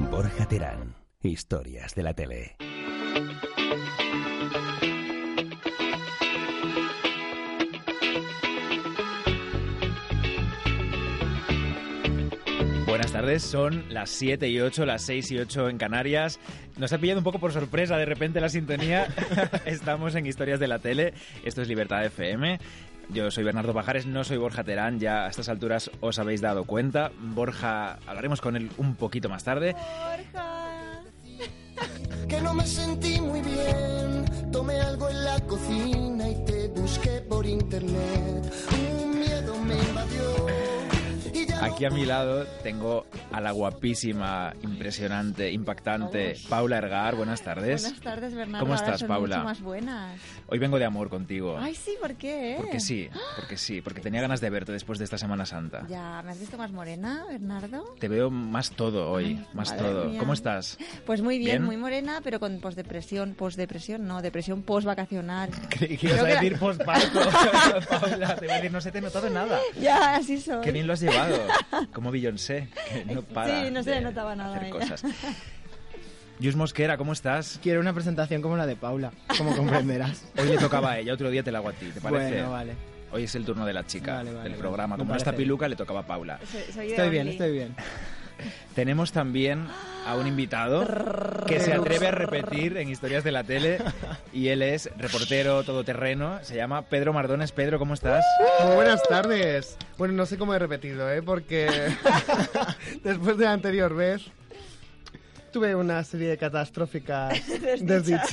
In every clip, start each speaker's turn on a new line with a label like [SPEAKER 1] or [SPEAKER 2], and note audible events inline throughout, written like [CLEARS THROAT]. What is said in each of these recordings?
[SPEAKER 1] Borja Terán, historias de la tele.
[SPEAKER 2] Buenas tardes, son las 7 y 8, las 6 y 8 en Canarias. Nos ha pillado un poco por sorpresa de repente la sintonía. Estamos en Historias de la Tele, esto es Libertad FM. Yo soy Bernardo Pajares, no soy Borja Terán, ya a estas alturas os habéis dado cuenta. Borja, hablaremos con él un poquito más tarde.
[SPEAKER 3] Borja. Que no me sentí muy bien. Tomé algo en la cocina y te busqué por internet. Un miedo me invadió. y ya
[SPEAKER 2] Aquí
[SPEAKER 3] no
[SPEAKER 2] a mi lado tengo a la guapísima, impresionante, impactante Paula Ergar. Buenas tardes.
[SPEAKER 4] Buenas tardes, Bernardo.
[SPEAKER 2] ¿Cómo
[SPEAKER 4] Ahora
[SPEAKER 2] estás,
[SPEAKER 4] son
[SPEAKER 2] Paula?
[SPEAKER 4] mucho más buenas.
[SPEAKER 2] Hoy vengo de amor contigo.
[SPEAKER 4] Ay, sí, ¿por qué? eh?
[SPEAKER 2] Porque sí, porque sí, porque tenía ganas de verte después de esta Semana Santa.
[SPEAKER 4] Ya, ¿me has visto más morena, Bernardo?
[SPEAKER 2] Te veo más todo hoy,
[SPEAKER 4] Ay,
[SPEAKER 2] más
[SPEAKER 4] madre
[SPEAKER 2] todo.
[SPEAKER 4] mía.
[SPEAKER 2] ¿Cómo
[SPEAKER 4] [LAUGHS]
[SPEAKER 2] estás?
[SPEAKER 4] Pues muy bien,
[SPEAKER 2] ¿Bien?
[SPEAKER 4] muy morena, pero con posdepresión, posdepresión, no, depresión postvacacional.
[SPEAKER 2] [LAUGHS] Creí que
[SPEAKER 4] Creo
[SPEAKER 2] ibas a
[SPEAKER 4] que la-
[SPEAKER 2] decir
[SPEAKER 4] [LAUGHS]
[SPEAKER 2] posparto, Paula. Te voy a decir, no se te ha notado nada.
[SPEAKER 4] Ya, así soy.
[SPEAKER 2] Qué bien lo has llevado. Como Beyoncé, que no para
[SPEAKER 4] Sí, no se le
[SPEAKER 2] de
[SPEAKER 4] notaba nada
[SPEAKER 2] hacer
[SPEAKER 4] a ella.
[SPEAKER 2] cosas. Yus Mosquera, ¿cómo estás?
[SPEAKER 5] Quiero una presentación como la de Paula, como comprenderás.
[SPEAKER 2] Hoy le tocaba a ella, otro día te la hago a ti, ¿te [LAUGHS] parece?
[SPEAKER 5] Bueno, vale.
[SPEAKER 2] Hoy es el turno de la chica
[SPEAKER 5] Vale, vale,
[SPEAKER 2] del
[SPEAKER 5] vale.
[SPEAKER 2] programa.
[SPEAKER 5] Me
[SPEAKER 2] Como no está
[SPEAKER 5] parece.
[SPEAKER 2] Piluca, le tocaba a Paula.
[SPEAKER 4] Soy- soy de
[SPEAKER 5] Estoy bien,
[SPEAKER 4] Only.
[SPEAKER 5] estoy bien.
[SPEAKER 2] Tenemos también a un invitado que se atreve a repetir en historias de la tele y él es reportero todoterreno. Se llama Pedro Mardones. Pedro, ¿cómo estás?
[SPEAKER 6] Muy buenas tardes. Bueno, no sé cómo he repetido, ¿eh? Porque [LAUGHS] después de la anterior vez tuve una serie de catastróficas desdichas.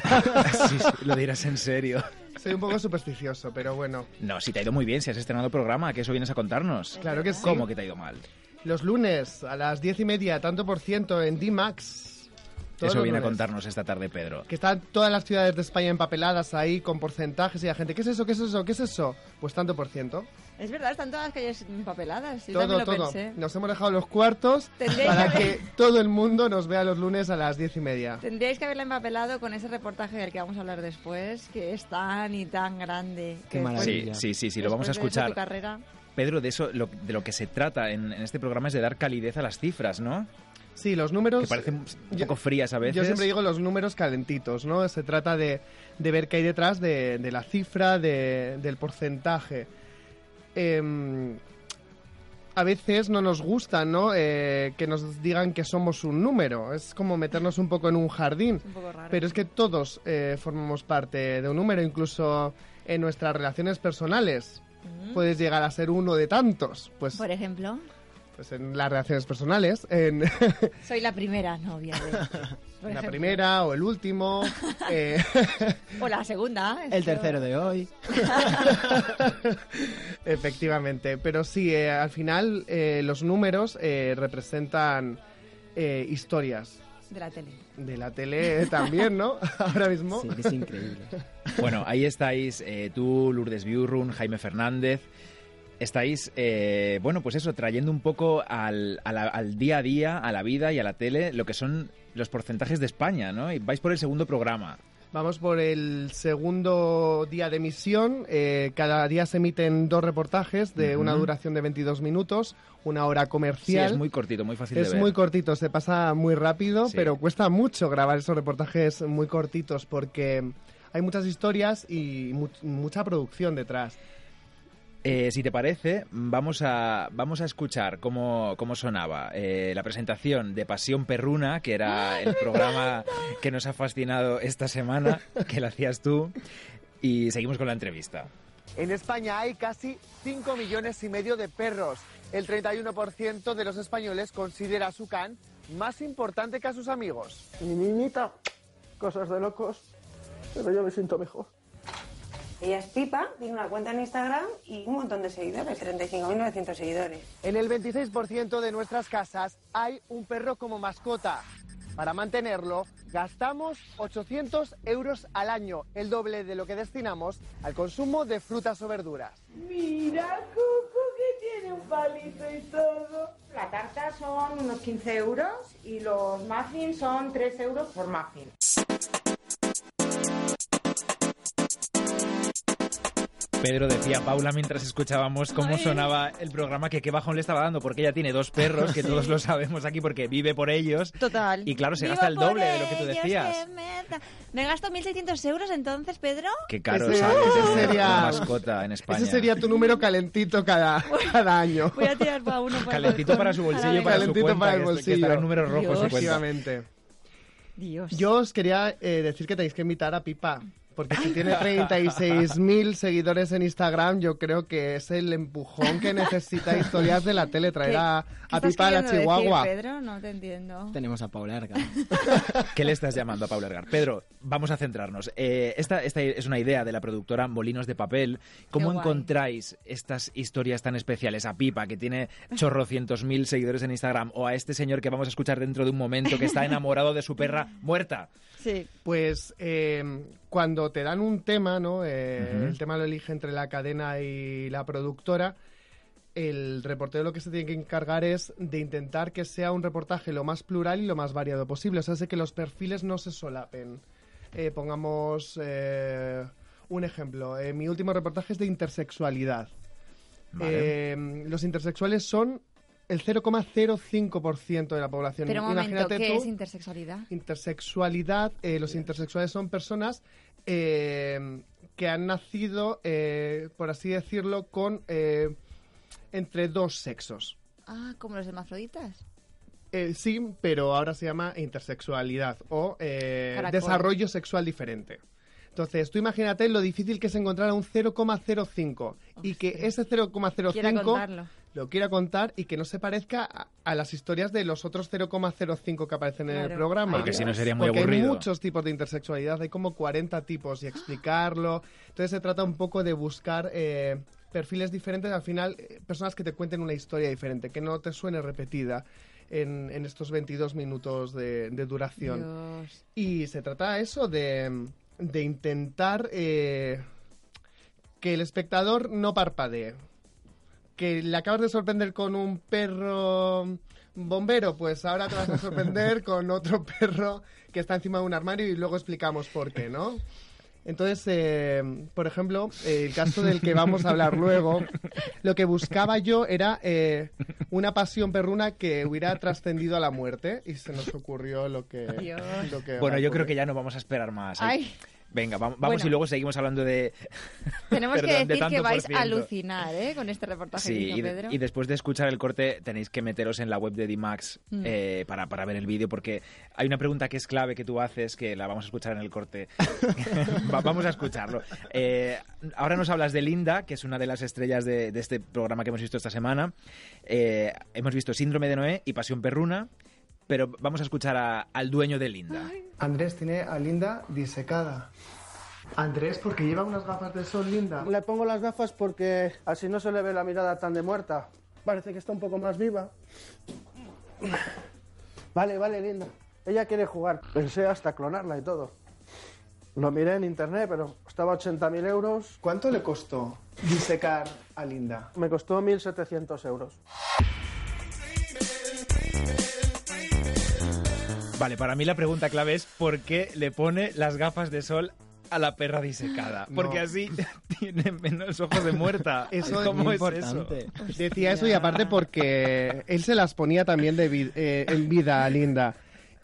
[SPEAKER 2] Sí, sí, lo dirás en serio.
[SPEAKER 6] Soy un poco supersticioso, pero bueno.
[SPEAKER 2] No, si te ha ido muy bien, si has estrenado programa, que eso vienes a contarnos.
[SPEAKER 6] Claro que sí.
[SPEAKER 2] ¿Cómo que te ha ido mal?
[SPEAKER 6] Los lunes a las diez y media, tanto por ciento en D-Max. todos
[SPEAKER 2] eso
[SPEAKER 6] los
[SPEAKER 2] viene a
[SPEAKER 6] lunes,
[SPEAKER 2] contarnos esta tarde Pedro.
[SPEAKER 6] Que están todas las ciudades de España empapeladas ahí con porcentajes y la gente, ¿qué es eso? ¿Qué es eso? ¿Qué es eso? Pues tanto por ciento.
[SPEAKER 4] Es verdad, están todas las calles empapeladas. Yo también lo
[SPEAKER 6] todo, todo.
[SPEAKER 4] pensé.
[SPEAKER 6] Nos hemos dejado los cuartos
[SPEAKER 4] Tendréis
[SPEAKER 6] para
[SPEAKER 4] que-
[SPEAKER 6] que todo el mundo nos vea los lunes a las diez y media.
[SPEAKER 4] Tendríais que haberla empapelado con ese reportaje del que vamos a hablar después, que es tan y tan grande.
[SPEAKER 5] Qué
[SPEAKER 4] Que después-
[SPEAKER 5] maravilla.
[SPEAKER 2] Sí, sí, sí, sí, lo vamos a
[SPEAKER 4] después de eso, tu
[SPEAKER 2] escuchar.
[SPEAKER 4] carrera.
[SPEAKER 2] Pedro, de eso lo- de lo que se trata en, en este programa es de dar calidez a las cifras, ¿no?
[SPEAKER 6] Sí, los números.
[SPEAKER 2] Que parecen un
[SPEAKER 6] yo-
[SPEAKER 2] poco frías a veces.
[SPEAKER 6] Yo siempre digo los números calentitos, ¿no? Se trata de, de ver qué hay detrás de, de la cifra, de- del porcentaje. Em, a veces no nos gusta, ¿no? Eh, que nos digan que somos un número. Es como meternos un poco en un jardín.
[SPEAKER 4] Es un poco raro.
[SPEAKER 6] Pero es que todos eh, formamos parte de un número, incluso en nuestras relaciones personales.
[SPEAKER 4] Mm.
[SPEAKER 6] Puedes llegar a ser uno de tantos. Pues,
[SPEAKER 4] Por e- ejemplo,
[SPEAKER 6] pues en las relaciones personales, en, [LAUGHS]
[SPEAKER 4] soy la primera novia
[SPEAKER 2] [LAUGHS]
[SPEAKER 4] de. por
[SPEAKER 6] la
[SPEAKER 4] ejemplo.
[SPEAKER 6] primera o
[SPEAKER 4] [LAUGHS]
[SPEAKER 6] el último. eh, [LAUGHS]
[SPEAKER 4] O la segunda.
[SPEAKER 5] El tercero de hoy.
[SPEAKER 6] efectivamente, pero sí, eh, al final eh, los números eh, representan eh, historias
[SPEAKER 4] De la tele.
[SPEAKER 6] de la tele también, ¿no? [LAUGHS] Ahora mismo.
[SPEAKER 5] Sí, que es increíble.
[SPEAKER 2] Bueno, ahí estáis eh, tú, Lourdes Biurrun, Jaime Fernández. Estáis, eh, bueno, pues eso, trayendo un poco al, a la- al día a día, a la vida y a la tele, lo que son los porcentajes de España, ¿no? Y vais por el segundo programa.
[SPEAKER 6] Vamos por el segundo día de emisión. eh, cada día se emiten dos reportajes de una
[SPEAKER 2] Ujú.
[SPEAKER 6] duración de 22 minutos, una hora
[SPEAKER 2] Sí,
[SPEAKER 6] comercial.
[SPEAKER 2] es muy cortito, muy fácil de
[SPEAKER 6] Es
[SPEAKER 2] ver.
[SPEAKER 6] muy cortito, se pasa muy rápido,
[SPEAKER 2] Sí.
[SPEAKER 6] pero cuesta mucho grabar esos reportajes muy cortitos porque hay muchas historias y mu- mucha producción detrás.
[SPEAKER 2] Eh, si te parece, vamos a, vamos a escuchar cómo, cómo sonaba eh, la presentación de Pasión Perruna, que era el programa que nos ha fascinado esta semana, que la hacías tú, y seguimos con la entrevista.
[SPEAKER 7] En España hay casi 5 millones y medio de perros. El 31% de los españoles considera a su can más importante que a sus amigos.
[SPEAKER 8] Mi niñita, cosas de locos, pero yo me siento mejor.
[SPEAKER 9] Ella es Pipa, tiene una cuenta en Instagram y un montón de seguidores, 75.900 seguidores.
[SPEAKER 7] En el 26% de nuestras casas hay un perro como mascota. Para mantenerlo, gastamos 800 euros al año, el doble de lo que destinamos al consumo de frutas o verduras.
[SPEAKER 8] Mira, Cucu, que tiene un palito y todo.
[SPEAKER 9] La tarta son unos 15 euros y los muffins son 3 euros por muffin.
[SPEAKER 2] Pedro decía a Paula mientras escuchábamos cómo sonaba el programa que qué bajón le estaba dando, porque ella tiene dos perros,
[SPEAKER 10] [LAUGHS]
[SPEAKER 2] que todos lo sabemos aquí porque vive por ellos.
[SPEAKER 4] Total.
[SPEAKER 2] Y claro, se
[SPEAKER 4] Vivo
[SPEAKER 2] gasta el
[SPEAKER 4] por
[SPEAKER 2] doble de lo que tú
[SPEAKER 4] ellos,
[SPEAKER 2] decías.
[SPEAKER 4] que me da- Me gasto 1.600 euros entonces, Pedro.
[SPEAKER 2] Qué caro
[SPEAKER 10] Ese-
[SPEAKER 2] sale
[SPEAKER 10] ese
[SPEAKER 2] tener
[SPEAKER 10] sería-
[SPEAKER 2] una mascota en España.
[SPEAKER 10] Ese sería tu número calentito cada, [LAUGHS] cada año.
[SPEAKER 4] Voy a tirar
[SPEAKER 2] [LAUGHS]
[SPEAKER 4] para uno. para el
[SPEAKER 2] Calentito
[SPEAKER 4] balcón.
[SPEAKER 2] para su
[SPEAKER 4] A
[SPEAKER 2] bolsillo,
[SPEAKER 4] la
[SPEAKER 2] para
[SPEAKER 4] vez.
[SPEAKER 2] su
[SPEAKER 10] Calentito
[SPEAKER 2] cuenta,
[SPEAKER 10] para el
[SPEAKER 2] que est- que
[SPEAKER 10] bolsillo.
[SPEAKER 2] estará en números rojos su
[SPEAKER 4] Dios.
[SPEAKER 2] cuenta.
[SPEAKER 10] Efectivamente.
[SPEAKER 4] Dios.
[SPEAKER 10] Yo os quería eh, decir que tenéis que invitar a Pipa, porque si tiene 36.000 seguidores en Instagram, yo creo que es el empujón que necesita historias de la tele, traer
[SPEAKER 4] ¿Qué-
[SPEAKER 10] a,
[SPEAKER 4] ¿Qué
[SPEAKER 10] a
[SPEAKER 4] estás
[SPEAKER 10] Pipa a la
[SPEAKER 4] queriendo decir,
[SPEAKER 10] Chihuahua.
[SPEAKER 4] Pedro, no te entiendo.
[SPEAKER 3] Tenemos a Paula Arca.
[SPEAKER 2] ¿Qué le estás llamando a Pablo Argar? Pedro, vamos a centrarnos. Eh, esta, esta es una idea de la productora Molinos de Papel. ¿Cómo
[SPEAKER 4] Qué guay.
[SPEAKER 2] encontráis estas historias tan especiales? A Pipa, que tiene chorrocientos mil seguidores en Instagram, o a este señor que vamos a escuchar dentro de un momento, que
[SPEAKER 10] [LAUGHS]
[SPEAKER 2] está enamorado de su perra muerta.
[SPEAKER 4] Sí.
[SPEAKER 10] Pues eh, cuando te dan un tema, ¿no? Eh,
[SPEAKER 2] Ujú.
[SPEAKER 10] El tema lo elige entre la cadena y la productora. El reportero lo que se tiene que encargar es de intentar que sea un reportaje lo más plural y lo más variado posible. O sea, es de que los perfiles no se solapen. Eh, pongamos eh, un ejemplo. Eh, mi último reportaje es de intersexualidad.
[SPEAKER 2] Vale.
[SPEAKER 10] Eh, los intersexuales son el 0,05% de la población.
[SPEAKER 4] Pero un momento,
[SPEAKER 10] Imagínate
[SPEAKER 4] ¿qué
[SPEAKER 10] tú-
[SPEAKER 4] es intersexualidad?
[SPEAKER 10] Intersexualidad, eh, los intersexuales son personas eh, que han nacido, eh, por así decirlo, con eh, entre dos sexos.
[SPEAKER 4] Ah, como los hermafroditas.
[SPEAKER 10] Eh, sí, pero ahora se llama intersexualidad o eh,
[SPEAKER 4] Caracol.
[SPEAKER 10] desarrollo sexual diferente. Entonces, tú imagínate lo difícil que es encontrar a un 0,05 y que ese
[SPEAKER 4] Quiera
[SPEAKER 10] 0,05
[SPEAKER 4] contarlo.
[SPEAKER 10] lo quiera contar y que no se parezca a, a las historias de los otros 0,05 que aparecen en el
[SPEAKER 4] Claro.
[SPEAKER 10] programa.
[SPEAKER 2] Porque si no sería muy
[SPEAKER 10] Porque
[SPEAKER 2] aburrido.
[SPEAKER 10] Hay muchos tipos de intersexualidad, hay como 40 tipos y explicarlo. Entonces se trata un poco de buscar eh, perfiles diferentes, al final eh, personas que te cuenten una historia diferente, que no te suene repetida en, en estos 22 minutos de, de duración.
[SPEAKER 4] Dios.
[SPEAKER 10] Y se trata eso de, de intentar eh, que el espectador no parpadee. Que le acabas de sorprender con un perro bombero, pues ahora te vas
[SPEAKER 2] [LAUGHS]
[SPEAKER 10] a sorprender con otro perro que está encima de un armario y luego explicamos por qué, ¿no? Entonces, eh, por ejemplo, eh, el caso del que vamos a hablar luego, lo que buscaba yo era eh, una pasión perruna que hubiera trascendido a la muerte y se nos ocurrió lo que...
[SPEAKER 4] Dios.
[SPEAKER 10] lo que
[SPEAKER 2] Bueno,
[SPEAKER 10] va a
[SPEAKER 2] yo creo que
[SPEAKER 10] ocurrir.
[SPEAKER 2] ya no vamos a esperar más. ¿eh?
[SPEAKER 4] Ay,
[SPEAKER 2] Venga, va- vamos
[SPEAKER 4] Bueno.
[SPEAKER 2] y luego seguimos hablando de...
[SPEAKER 4] tenemos
[SPEAKER 2] Perdón, de
[SPEAKER 4] que decir
[SPEAKER 2] tanto
[SPEAKER 4] que
[SPEAKER 2] por
[SPEAKER 4] vais a
[SPEAKER 2] ciento.
[SPEAKER 4] alucinar ¿eh? con este reportaje,
[SPEAKER 2] [LAUGHS]
[SPEAKER 4] que
[SPEAKER 2] Sí,
[SPEAKER 4] hizo
[SPEAKER 2] y, de-
[SPEAKER 4] Pedro.
[SPEAKER 2] y después de escuchar el corte tenéis que meteros en la web de D-Max
[SPEAKER 4] Mm.
[SPEAKER 2] eh, para, para ver el vídeo porque hay una pregunta que es clave que tú haces que la vamos a escuchar en el corte.
[SPEAKER 4] [LAUGHS]
[SPEAKER 2] [LAUGHS] Va- vamos a escucharlo. Eh, ahora nos hablas de Linda, que es una de las estrellas de, de este programa que hemos visto esta semana. Eh, hemos visto Síndrome de Noé y Pasión Perruna, pero vamos a escuchar a- al dueño de Linda.
[SPEAKER 10] Andrés tiene a Linda disecada. Andrés, porque lleva unas gafas de sol, Linda.
[SPEAKER 11] Le pongo las gafas porque así no se le ve la mirada tan de muerta. Parece que está un poco más viva. Vale, vale, linda. Ella quiere jugar. Pensé hasta clonarla y todo. Lo miré en internet, pero costaba 80.000 euros.
[SPEAKER 10] ¿Cuánto le costó disecar a Linda?
[SPEAKER 11] Me costó 1.700 euros.
[SPEAKER 2] Vale, para mí la pregunta clave es ¿por qué le pone las gafas de sol a la perra disecada? Porque
[SPEAKER 10] No.
[SPEAKER 2] así [LAUGHS] tiene menos ojos de muerta.
[SPEAKER 10] Eso es
[SPEAKER 2] ¿Cómo
[SPEAKER 10] muy
[SPEAKER 2] es
[SPEAKER 3] Importante.
[SPEAKER 2] eso?
[SPEAKER 10] Decía eso y aparte porque él se las ponía también de vid- eh, en vida a Linda.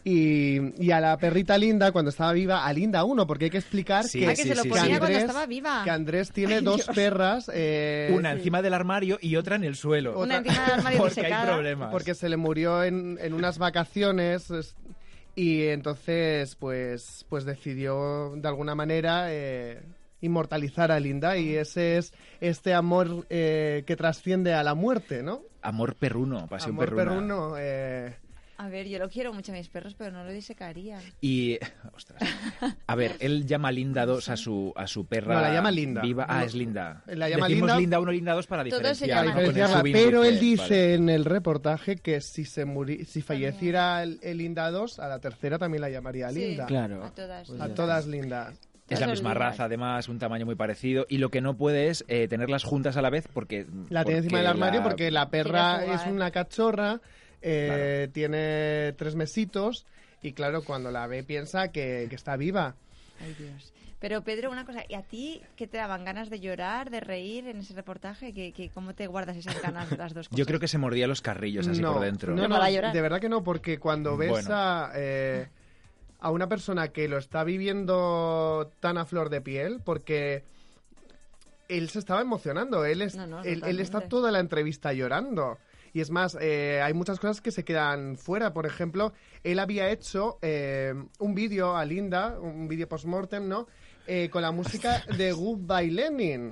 [SPEAKER 10] Y, y a la perrita Linda, cuando estaba viva, a Linda uno, porque hay que explicar
[SPEAKER 2] Sí,
[SPEAKER 10] que,
[SPEAKER 4] Ah, que
[SPEAKER 2] sí,
[SPEAKER 4] se lo
[SPEAKER 2] sí,
[SPEAKER 4] ponía
[SPEAKER 2] sí.
[SPEAKER 4] cuando estaba viva.
[SPEAKER 10] que Andrés tiene dos perras. [LAUGHS] eh,
[SPEAKER 2] Una encima del armario y otra en el suelo.
[SPEAKER 4] Una encima del
[SPEAKER 2] [LAUGHS]
[SPEAKER 4] armario
[SPEAKER 2] Porque hay
[SPEAKER 4] disecada.
[SPEAKER 2] problemas.
[SPEAKER 10] Porque se le murió en, en unas vacaciones es- y entonces pues, pues decidió de alguna manera eh, inmortalizar a Linda y ese es este amor eh, que trasciende a la muerte, ¿no?
[SPEAKER 2] Amor perruno, pasión
[SPEAKER 10] amor
[SPEAKER 2] perruna.
[SPEAKER 10] perruno. eh,
[SPEAKER 4] A ver, yo lo quiero mucho a mis perros, pero no lo disecaría.
[SPEAKER 2] Y. Ostras. A ver, él llama Linda 2 a su, a su perra.
[SPEAKER 10] No, la llama Linda.
[SPEAKER 2] Viva. Ah,
[SPEAKER 10] No.
[SPEAKER 2] es Linda.
[SPEAKER 10] La llama
[SPEAKER 2] Decimos
[SPEAKER 10] Linda.
[SPEAKER 2] Linda 1, Linda 2 para
[SPEAKER 4] Todos se
[SPEAKER 2] diferenciar.
[SPEAKER 4] llaman
[SPEAKER 2] ¿no? Con el
[SPEAKER 4] Linda.
[SPEAKER 10] diferenciarla, pero él
[SPEAKER 2] subíndice.
[SPEAKER 10] dice
[SPEAKER 2] Vale.
[SPEAKER 10] en el reportaje que si se muri- si falleciera el, el Linda 2, a la tercera también la llamaría
[SPEAKER 4] Sí.
[SPEAKER 10] Linda.
[SPEAKER 3] Claro.
[SPEAKER 4] A todas.
[SPEAKER 3] Pues
[SPEAKER 10] A
[SPEAKER 3] ya.
[SPEAKER 10] todas Linda.
[SPEAKER 2] Es la
[SPEAKER 4] Todas
[SPEAKER 2] misma
[SPEAKER 4] lindas.
[SPEAKER 2] raza, además, un tamaño muy parecido. Y lo que no puede es eh, tenerlas juntas a la vez porque.
[SPEAKER 10] La tiene
[SPEAKER 2] porque
[SPEAKER 10] encima del armario
[SPEAKER 2] la-
[SPEAKER 10] porque la
[SPEAKER 4] Quiere
[SPEAKER 10] perra
[SPEAKER 4] jugar.
[SPEAKER 10] es una cachorra, eh, tiene tres mesitos y claro, cuando la ve piensa que, que está viva.
[SPEAKER 4] Ay, Dios. Pero Pedro, una cosa, ¿y a ti qué te daban ganas de llorar, de reír en ese reportaje? ¿Qué, qué, cómo te guardas esas ganas de las
[SPEAKER 3] [LAUGHS]
[SPEAKER 4] dos cosas?
[SPEAKER 2] Yo creo que se mordía los carrillos así por dentro.
[SPEAKER 4] No, para llorar.
[SPEAKER 10] De verdad que no, porque cuando ves
[SPEAKER 2] Bueno.
[SPEAKER 10] a, eh, a una persona que lo está viviendo tan a flor de piel, porque él se estaba emocionando, él, es,
[SPEAKER 4] No, no,
[SPEAKER 10] él, él está
[SPEAKER 4] totalmente.
[SPEAKER 10] toda la entrevista llorando. Y es más, eh, hay muchas cosas que se quedan fuera. Por ejemplo, él había hecho eh, un vídeo a Linda, un vídeo post-mortem, ¿no? Eh, con la música
[SPEAKER 2] [LAUGHS]
[SPEAKER 10] de Goodbye Lenin.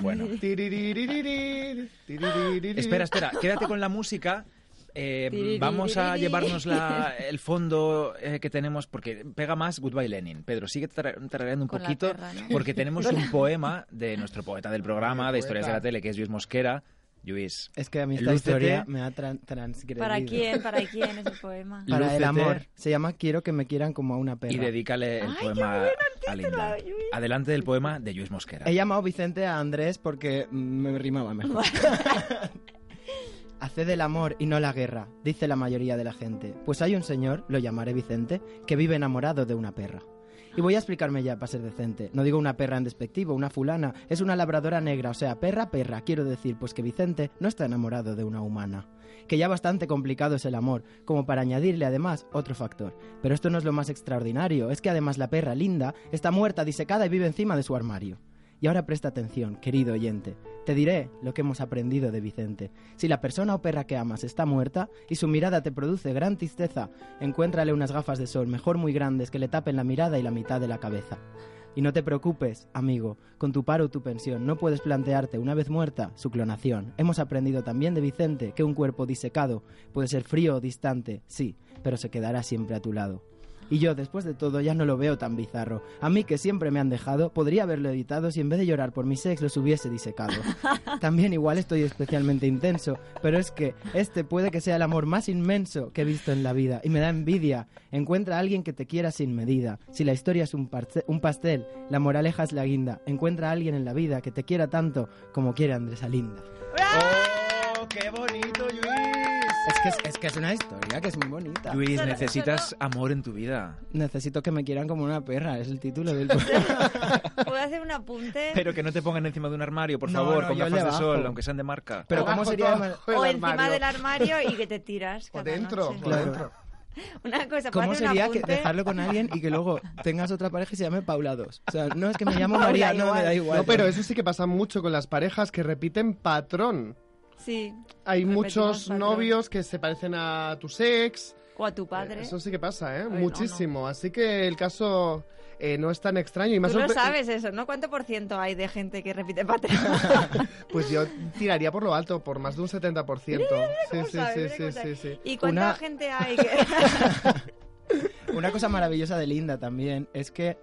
[SPEAKER 2] Bueno.
[SPEAKER 10] Tiririririri, tiririririri.
[SPEAKER 2] Espera, espera, quédate con la música. Eh, vamos a llevarnos
[SPEAKER 4] [LAUGHS]
[SPEAKER 2] la- el fondo eh, que tenemos porque pega más Goodbye Lenin. Pedro, sigue tra- tarareando un
[SPEAKER 4] Con la
[SPEAKER 2] poquito
[SPEAKER 4] perra, ¿no? [LAUGHS]
[SPEAKER 2] porque tenemos un poema de nuestro poeta del programa de Historias de la Tele que es Luis Mosquera. Luis,
[SPEAKER 3] Es que a mí esta
[SPEAKER 2] Lúcete.
[SPEAKER 3] historia me ha tran- transgredido.
[SPEAKER 4] ¿Para quién?
[SPEAKER 3] [LAUGHS]
[SPEAKER 4] ¿Para quién es el poema?
[SPEAKER 3] Para el
[SPEAKER 2] Lúcete.
[SPEAKER 3] amor. Se llama Quiero que me quieran como a una perra.
[SPEAKER 2] y dedícale el
[SPEAKER 4] Ay, qué
[SPEAKER 2] poema
[SPEAKER 4] bueno
[SPEAKER 2] a Linda. Adelante del poema de Luis Mosquera.
[SPEAKER 3] He llamado Vicente a Andrés porque mm, me rimaba mejor. [LAUGHS] Haced el amor y no la guerra, dice la mayoría de la gente. Pues hay un señor, lo llamaré Vicente, que vive enamorado de una perra. Y voy a explicarme ya para ser decente. No digo una perra en despectivo, una fulana. Es una labradora negra, o sea, perra, perra. Quiero decir, pues que Vicente no está enamorado de una humana. Que ya bastante complicado es el amor, como para añadirle además otro factor. Pero esto no es lo más extraordinario, es que además la perra linda está muerta, disecada y vive encima de su armario. Y ahora presta atención, querido oyente. Te diré lo que hemos aprendido de Vicente. Si la persona o perra que amas está muerta y su mirada te produce gran tristeza, encuéntrale unas gafas de sol, mejor muy grandes, que le tapen la mirada y la mitad de la cabeza. Y no te preocupes, amigo, con tu paro o tu pensión no puedes plantearte, una vez muerta, su clonación. Hemos aprendido también de Vicente que un cuerpo disecado puede ser frío o distante, sí, pero se quedará siempre a tu lado. Y yo, después de todo, ya no lo veo tan bizarro. A mí, que siempre me han dejado, podría haberlo editado si en vez de llorar por mi sex los hubiese disecado. También igual estoy especialmente intenso, pero es que este puede que sea el amor más inmenso que he visto en la vida y me da envidia. Encuentra a alguien que te quiera sin medida. Si la historia es un, parce- un pastel, la moraleja es la guinda. Encuentra a alguien en la vida que te quiera tanto como quiere Andrés Alinda.
[SPEAKER 2] ¡Oh, qué bonito, Luis!
[SPEAKER 3] Es que es, es que es una historia que es muy bonita.
[SPEAKER 2] Luis,
[SPEAKER 4] Solo-
[SPEAKER 2] necesitas amor en tu vida.
[SPEAKER 3] Necesito que me quieran como una perra, es el
[SPEAKER 2] [LAUGHS]
[SPEAKER 3] título del poema.
[SPEAKER 4] ¿Puedo hacer un
[SPEAKER 3] [LAUGHS]
[SPEAKER 4] apunte?
[SPEAKER 2] Pero que no te pongan encima de un armario, por
[SPEAKER 3] No,
[SPEAKER 2] favor,
[SPEAKER 3] no,
[SPEAKER 2] con
[SPEAKER 3] yo el
[SPEAKER 2] gafas de
[SPEAKER 3] de
[SPEAKER 2] sol,
[SPEAKER 3] abajo.
[SPEAKER 2] aunque sean de marca.
[SPEAKER 3] Pero
[SPEAKER 10] Abajo
[SPEAKER 3] ¿cómo
[SPEAKER 10] todo
[SPEAKER 3] sería? de-
[SPEAKER 10] el
[SPEAKER 4] o encima
[SPEAKER 10] armario.
[SPEAKER 4] del armario y que te tiras.
[SPEAKER 10] [LAUGHS] O
[SPEAKER 4] cada
[SPEAKER 10] dentro,
[SPEAKER 4] noche.
[SPEAKER 10] o dentro.
[SPEAKER 4] Una cosa, ¿puedo
[SPEAKER 3] ¿Cómo
[SPEAKER 4] hacer un
[SPEAKER 3] sería que
[SPEAKER 4] apunte?
[SPEAKER 3] dejarlo con alguien y que luego tengas otra pareja y se llame Paula 2? O sea, no es que me
[SPEAKER 4] [LAUGHS]
[SPEAKER 3] llamo
[SPEAKER 4] Paula
[SPEAKER 3] María, no me da igual.
[SPEAKER 10] No, pero eso sí que pasa mucho con las parejas que repiten patrón.
[SPEAKER 4] Sí.
[SPEAKER 10] Hay
[SPEAKER 4] Repetimos
[SPEAKER 10] muchos
[SPEAKER 4] patrón.
[SPEAKER 10] novios que se parecen a tus ex.
[SPEAKER 4] O a tu padre.
[SPEAKER 10] Eso sí que pasa, ¿eh?
[SPEAKER 4] Ay, no,
[SPEAKER 10] Muchísimo. Así que el caso eh, no es tan extraño. Y más
[SPEAKER 4] Tú lo
[SPEAKER 10] sorpre-
[SPEAKER 4] sabes eso, ¿no? ¿Cuánto por ciento hay de gente que repite
[SPEAKER 10] [LAUGHS]
[SPEAKER 4] patrón?
[SPEAKER 10] Pues yo tiraría por lo alto, por más de un 70%. sí,
[SPEAKER 4] ¿Cómo sabes?
[SPEAKER 10] sí, sí,
[SPEAKER 4] Mira cómo
[SPEAKER 10] sí, sí,
[SPEAKER 4] sabes.
[SPEAKER 10] sí.
[SPEAKER 4] ¿Y cuánta
[SPEAKER 3] Una-
[SPEAKER 4] gente hay que...?
[SPEAKER 3] Una cosa maravillosa de Linda también es que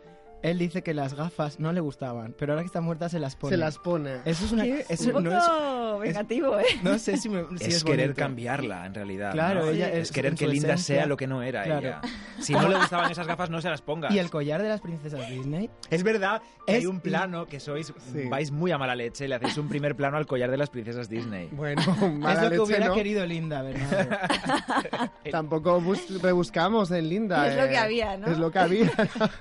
[SPEAKER 3] él dice que las gafas no le gustaban, pero ahora que está muerta se las pone.
[SPEAKER 10] Se las pone.
[SPEAKER 3] Eso es una...
[SPEAKER 4] un
[SPEAKER 3] Eso
[SPEAKER 4] poco
[SPEAKER 3] no, es,
[SPEAKER 4] vengativo, ¿eh?
[SPEAKER 3] no sé si, me, si
[SPEAKER 2] es,
[SPEAKER 3] es,
[SPEAKER 2] querer
[SPEAKER 3] bonito.
[SPEAKER 2] cambiarla, en realidad.
[SPEAKER 3] Claro,
[SPEAKER 2] ¿no?
[SPEAKER 3] ella
[SPEAKER 2] es,
[SPEAKER 3] es-
[SPEAKER 2] querer
[SPEAKER 3] en
[SPEAKER 2] que
[SPEAKER 3] su
[SPEAKER 2] Linda
[SPEAKER 3] esencia,
[SPEAKER 2] sea lo que no era
[SPEAKER 3] claro.
[SPEAKER 2] ella. Si no
[SPEAKER 3] [LAUGHS]
[SPEAKER 2] le gustaban esas gafas, no se las pongas.
[SPEAKER 3] Y el collar de las princesas Disney.
[SPEAKER 2] Es verdad que
[SPEAKER 3] Es-
[SPEAKER 2] hay un plano que sois
[SPEAKER 10] Sí.
[SPEAKER 2] vais muy a mala leche y le hacéis un primer plano al collar de las princesas
[SPEAKER 3] [LAUGHS]
[SPEAKER 2] Disney.
[SPEAKER 10] Bueno,
[SPEAKER 3] es
[SPEAKER 10] mala
[SPEAKER 3] lo que
[SPEAKER 10] leche,
[SPEAKER 3] hubiera
[SPEAKER 10] ¿no?
[SPEAKER 3] querido Linda, ¿verdad?
[SPEAKER 10] [LAUGHS] Tampoco bus- rebuscamos en Linda.
[SPEAKER 4] Es lo
[SPEAKER 10] eh.
[SPEAKER 4] que había, ¿no?
[SPEAKER 10] Es lo que había.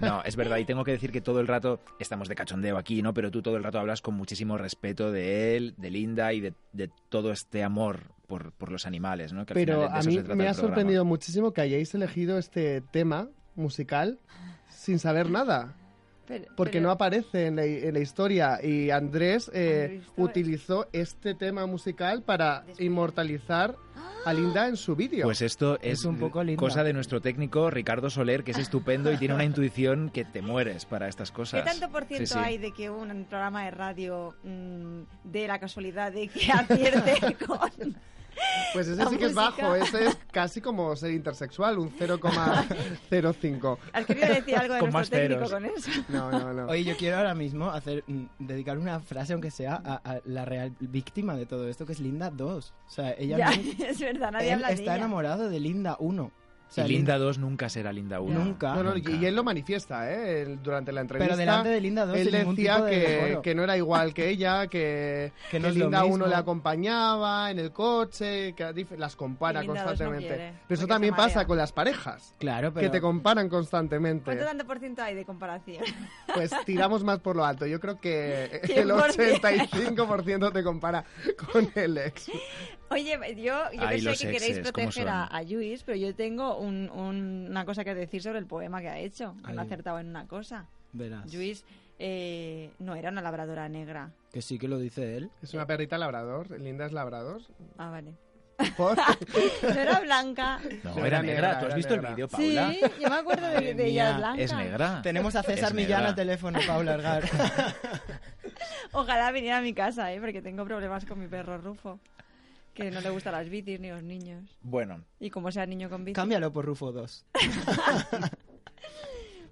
[SPEAKER 2] No, es verdad. Y tengo que decir que todo el rato estamos de cachondeo aquí, ¿no? Pero tú todo el rato hablas con muchísimo respeto de él, de Linda y de, de todo este amor por, por los animales, ¿no? Que al
[SPEAKER 10] Pero
[SPEAKER 2] final de
[SPEAKER 10] a
[SPEAKER 2] eso
[SPEAKER 10] mí
[SPEAKER 2] se trata
[SPEAKER 10] me
[SPEAKER 2] el
[SPEAKER 10] ha
[SPEAKER 2] programa.
[SPEAKER 10] sorprendido muchísimo que hayáis elegido este tema musical sin saber nada.
[SPEAKER 4] Pero-
[SPEAKER 10] Porque
[SPEAKER 4] pero-
[SPEAKER 10] no aparece en la, en la historia y Andrés eh,
[SPEAKER 4] Andrés,
[SPEAKER 10] utilizó este tema musical para
[SPEAKER 4] Después.
[SPEAKER 10] inmortalizar a Linda en su vídeo.
[SPEAKER 2] Pues esto es,
[SPEAKER 3] Es un poco linda.
[SPEAKER 2] cosa de nuestro técnico Ricardo Soler, que es estupendo y tiene una intuición que te mueres para estas
[SPEAKER 4] ¿Qué
[SPEAKER 2] cosas.
[SPEAKER 4] tanto por
[SPEAKER 2] Sí,
[SPEAKER 4] ciento
[SPEAKER 2] sí.
[SPEAKER 4] hay de que un programa de radio mm, dé la casualidad de que [LAUGHS] acierte con...
[SPEAKER 10] Pues ese
[SPEAKER 4] la
[SPEAKER 10] sí que es
[SPEAKER 4] música.
[SPEAKER 10] bajo, ese es casi como ser intersexual, un 0,05.
[SPEAKER 4] Has querido decir algo de
[SPEAKER 2] Con más
[SPEAKER 4] nuestro técnico
[SPEAKER 2] ceros.
[SPEAKER 4] con eso.
[SPEAKER 10] No, no, no.
[SPEAKER 3] Oye, yo quiero ahora mismo hacer mm, dedicar una frase, aunque sea, a, a la real víctima de todo esto, que es Linda 2. O sea, ella
[SPEAKER 4] Ya,
[SPEAKER 3] no-
[SPEAKER 4] es verdad, [LAUGHS] nadie
[SPEAKER 3] él
[SPEAKER 4] habla de
[SPEAKER 3] está
[SPEAKER 4] ella.
[SPEAKER 3] enamorado de Linda 1. O sea,
[SPEAKER 2] y Linda 2 nunca será Linda 1.
[SPEAKER 3] Nunca.
[SPEAKER 10] No, no,
[SPEAKER 2] nunca.
[SPEAKER 10] y, y él lo manifiesta, ¿eh? Él, durante la
[SPEAKER 3] Pero
[SPEAKER 10] entrevista.
[SPEAKER 3] delante de Linda 2
[SPEAKER 10] Él
[SPEAKER 3] sin ningún
[SPEAKER 10] decía
[SPEAKER 3] tipo de
[SPEAKER 10] que,
[SPEAKER 3] decoro.
[SPEAKER 10] que no era igual que ella, que,
[SPEAKER 3] [LAUGHS] Que no es lo
[SPEAKER 10] Linda
[SPEAKER 3] mismo.
[SPEAKER 10] 1 le acompañaba en el coche, que dif- las compara
[SPEAKER 4] Y Linda dos no
[SPEAKER 10] constantemente.
[SPEAKER 4] quiere,
[SPEAKER 10] Pero eso
[SPEAKER 4] porque
[SPEAKER 10] también
[SPEAKER 4] se marea.
[SPEAKER 10] pasa con las parejas,
[SPEAKER 3] Claro, pero...
[SPEAKER 10] que te comparan constantemente.
[SPEAKER 4] ¿Cuánto tanto por ciento hay de comparación?
[SPEAKER 10] Pues tiramos más por lo alto. Yo
[SPEAKER 3] [LAUGHS]
[SPEAKER 10] creo que [LAUGHS] el
[SPEAKER 4] 100%.
[SPEAKER 10] 85% te compara con el ex.
[SPEAKER 4] Oye, yo, yo
[SPEAKER 2] Ay,
[SPEAKER 4] que sé
[SPEAKER 2] los
[SPEAKER 4] que queréis
[SPEAKER 2] exes, ¿cómo
[SPEAKER 4] proteger a,
[SPEAKER 2] son?
[SPEAKER 4] a Luis, pero yo tengo un- un- una cosa que decir sobre el poema que ha hecho. Que no ha
[SPEAKER 3] Ay.
[SPEAKER 4] acertado en una cosa.
[SPEAKER 3] Verás.
[SPEAKER 4] Luis eh, no era una labradora negra.
[SPEAKER 3] Que sí que lo dice él.
[SPEAKER 10] Es una perrita labrador. Linda es labrador.
[SPEAKER 4] Ah, vale.
[SPEAKER 10] Por-
[SPEAKER 4] [LAUGHS] No era blanca.
[SPEAKER 2] No,
[SPEAKER 10] Era
[SPEAKER 2] era
[SPEAKER 10] negra,
[SPEAKER 2] negra. ¿Tú has
[SPEAKER 10] era
[SPEAKER 2] visto
[SPEAKER 10] negra.
[SPEAKER 2] el vídeo, Paula?
[SPEAKER 4] Sí, yo me acuerdo de,
[SPEAKER 3] Madre
[SPEAKER 4] de ella es
[SPEAKER 3] mía,
[SPEAKER 4] blanca.
[SPEAKER 2] Es negra.
[SPEAKER 3] Tenemos a César
[SPEAKER 2] Es
[SPEAKER 3] Millán
[SPEAKER 2] negra.
[SPEAKER 3] al teléfono, Paula Argar.
[SPEAKER 4] Ojalá viniera a mi casa, ¿eh? porque tengo problemas con mi perro Rufo. Que no le gustan las bicis ni los niños.
[SPEAKER 2] Bueno,
[SPEAKER 4] Y como sea niño con bici.
[SPEAKER 3] Cámbialo por Rufo 2.
[SPEAKER 4] [LAUGHS]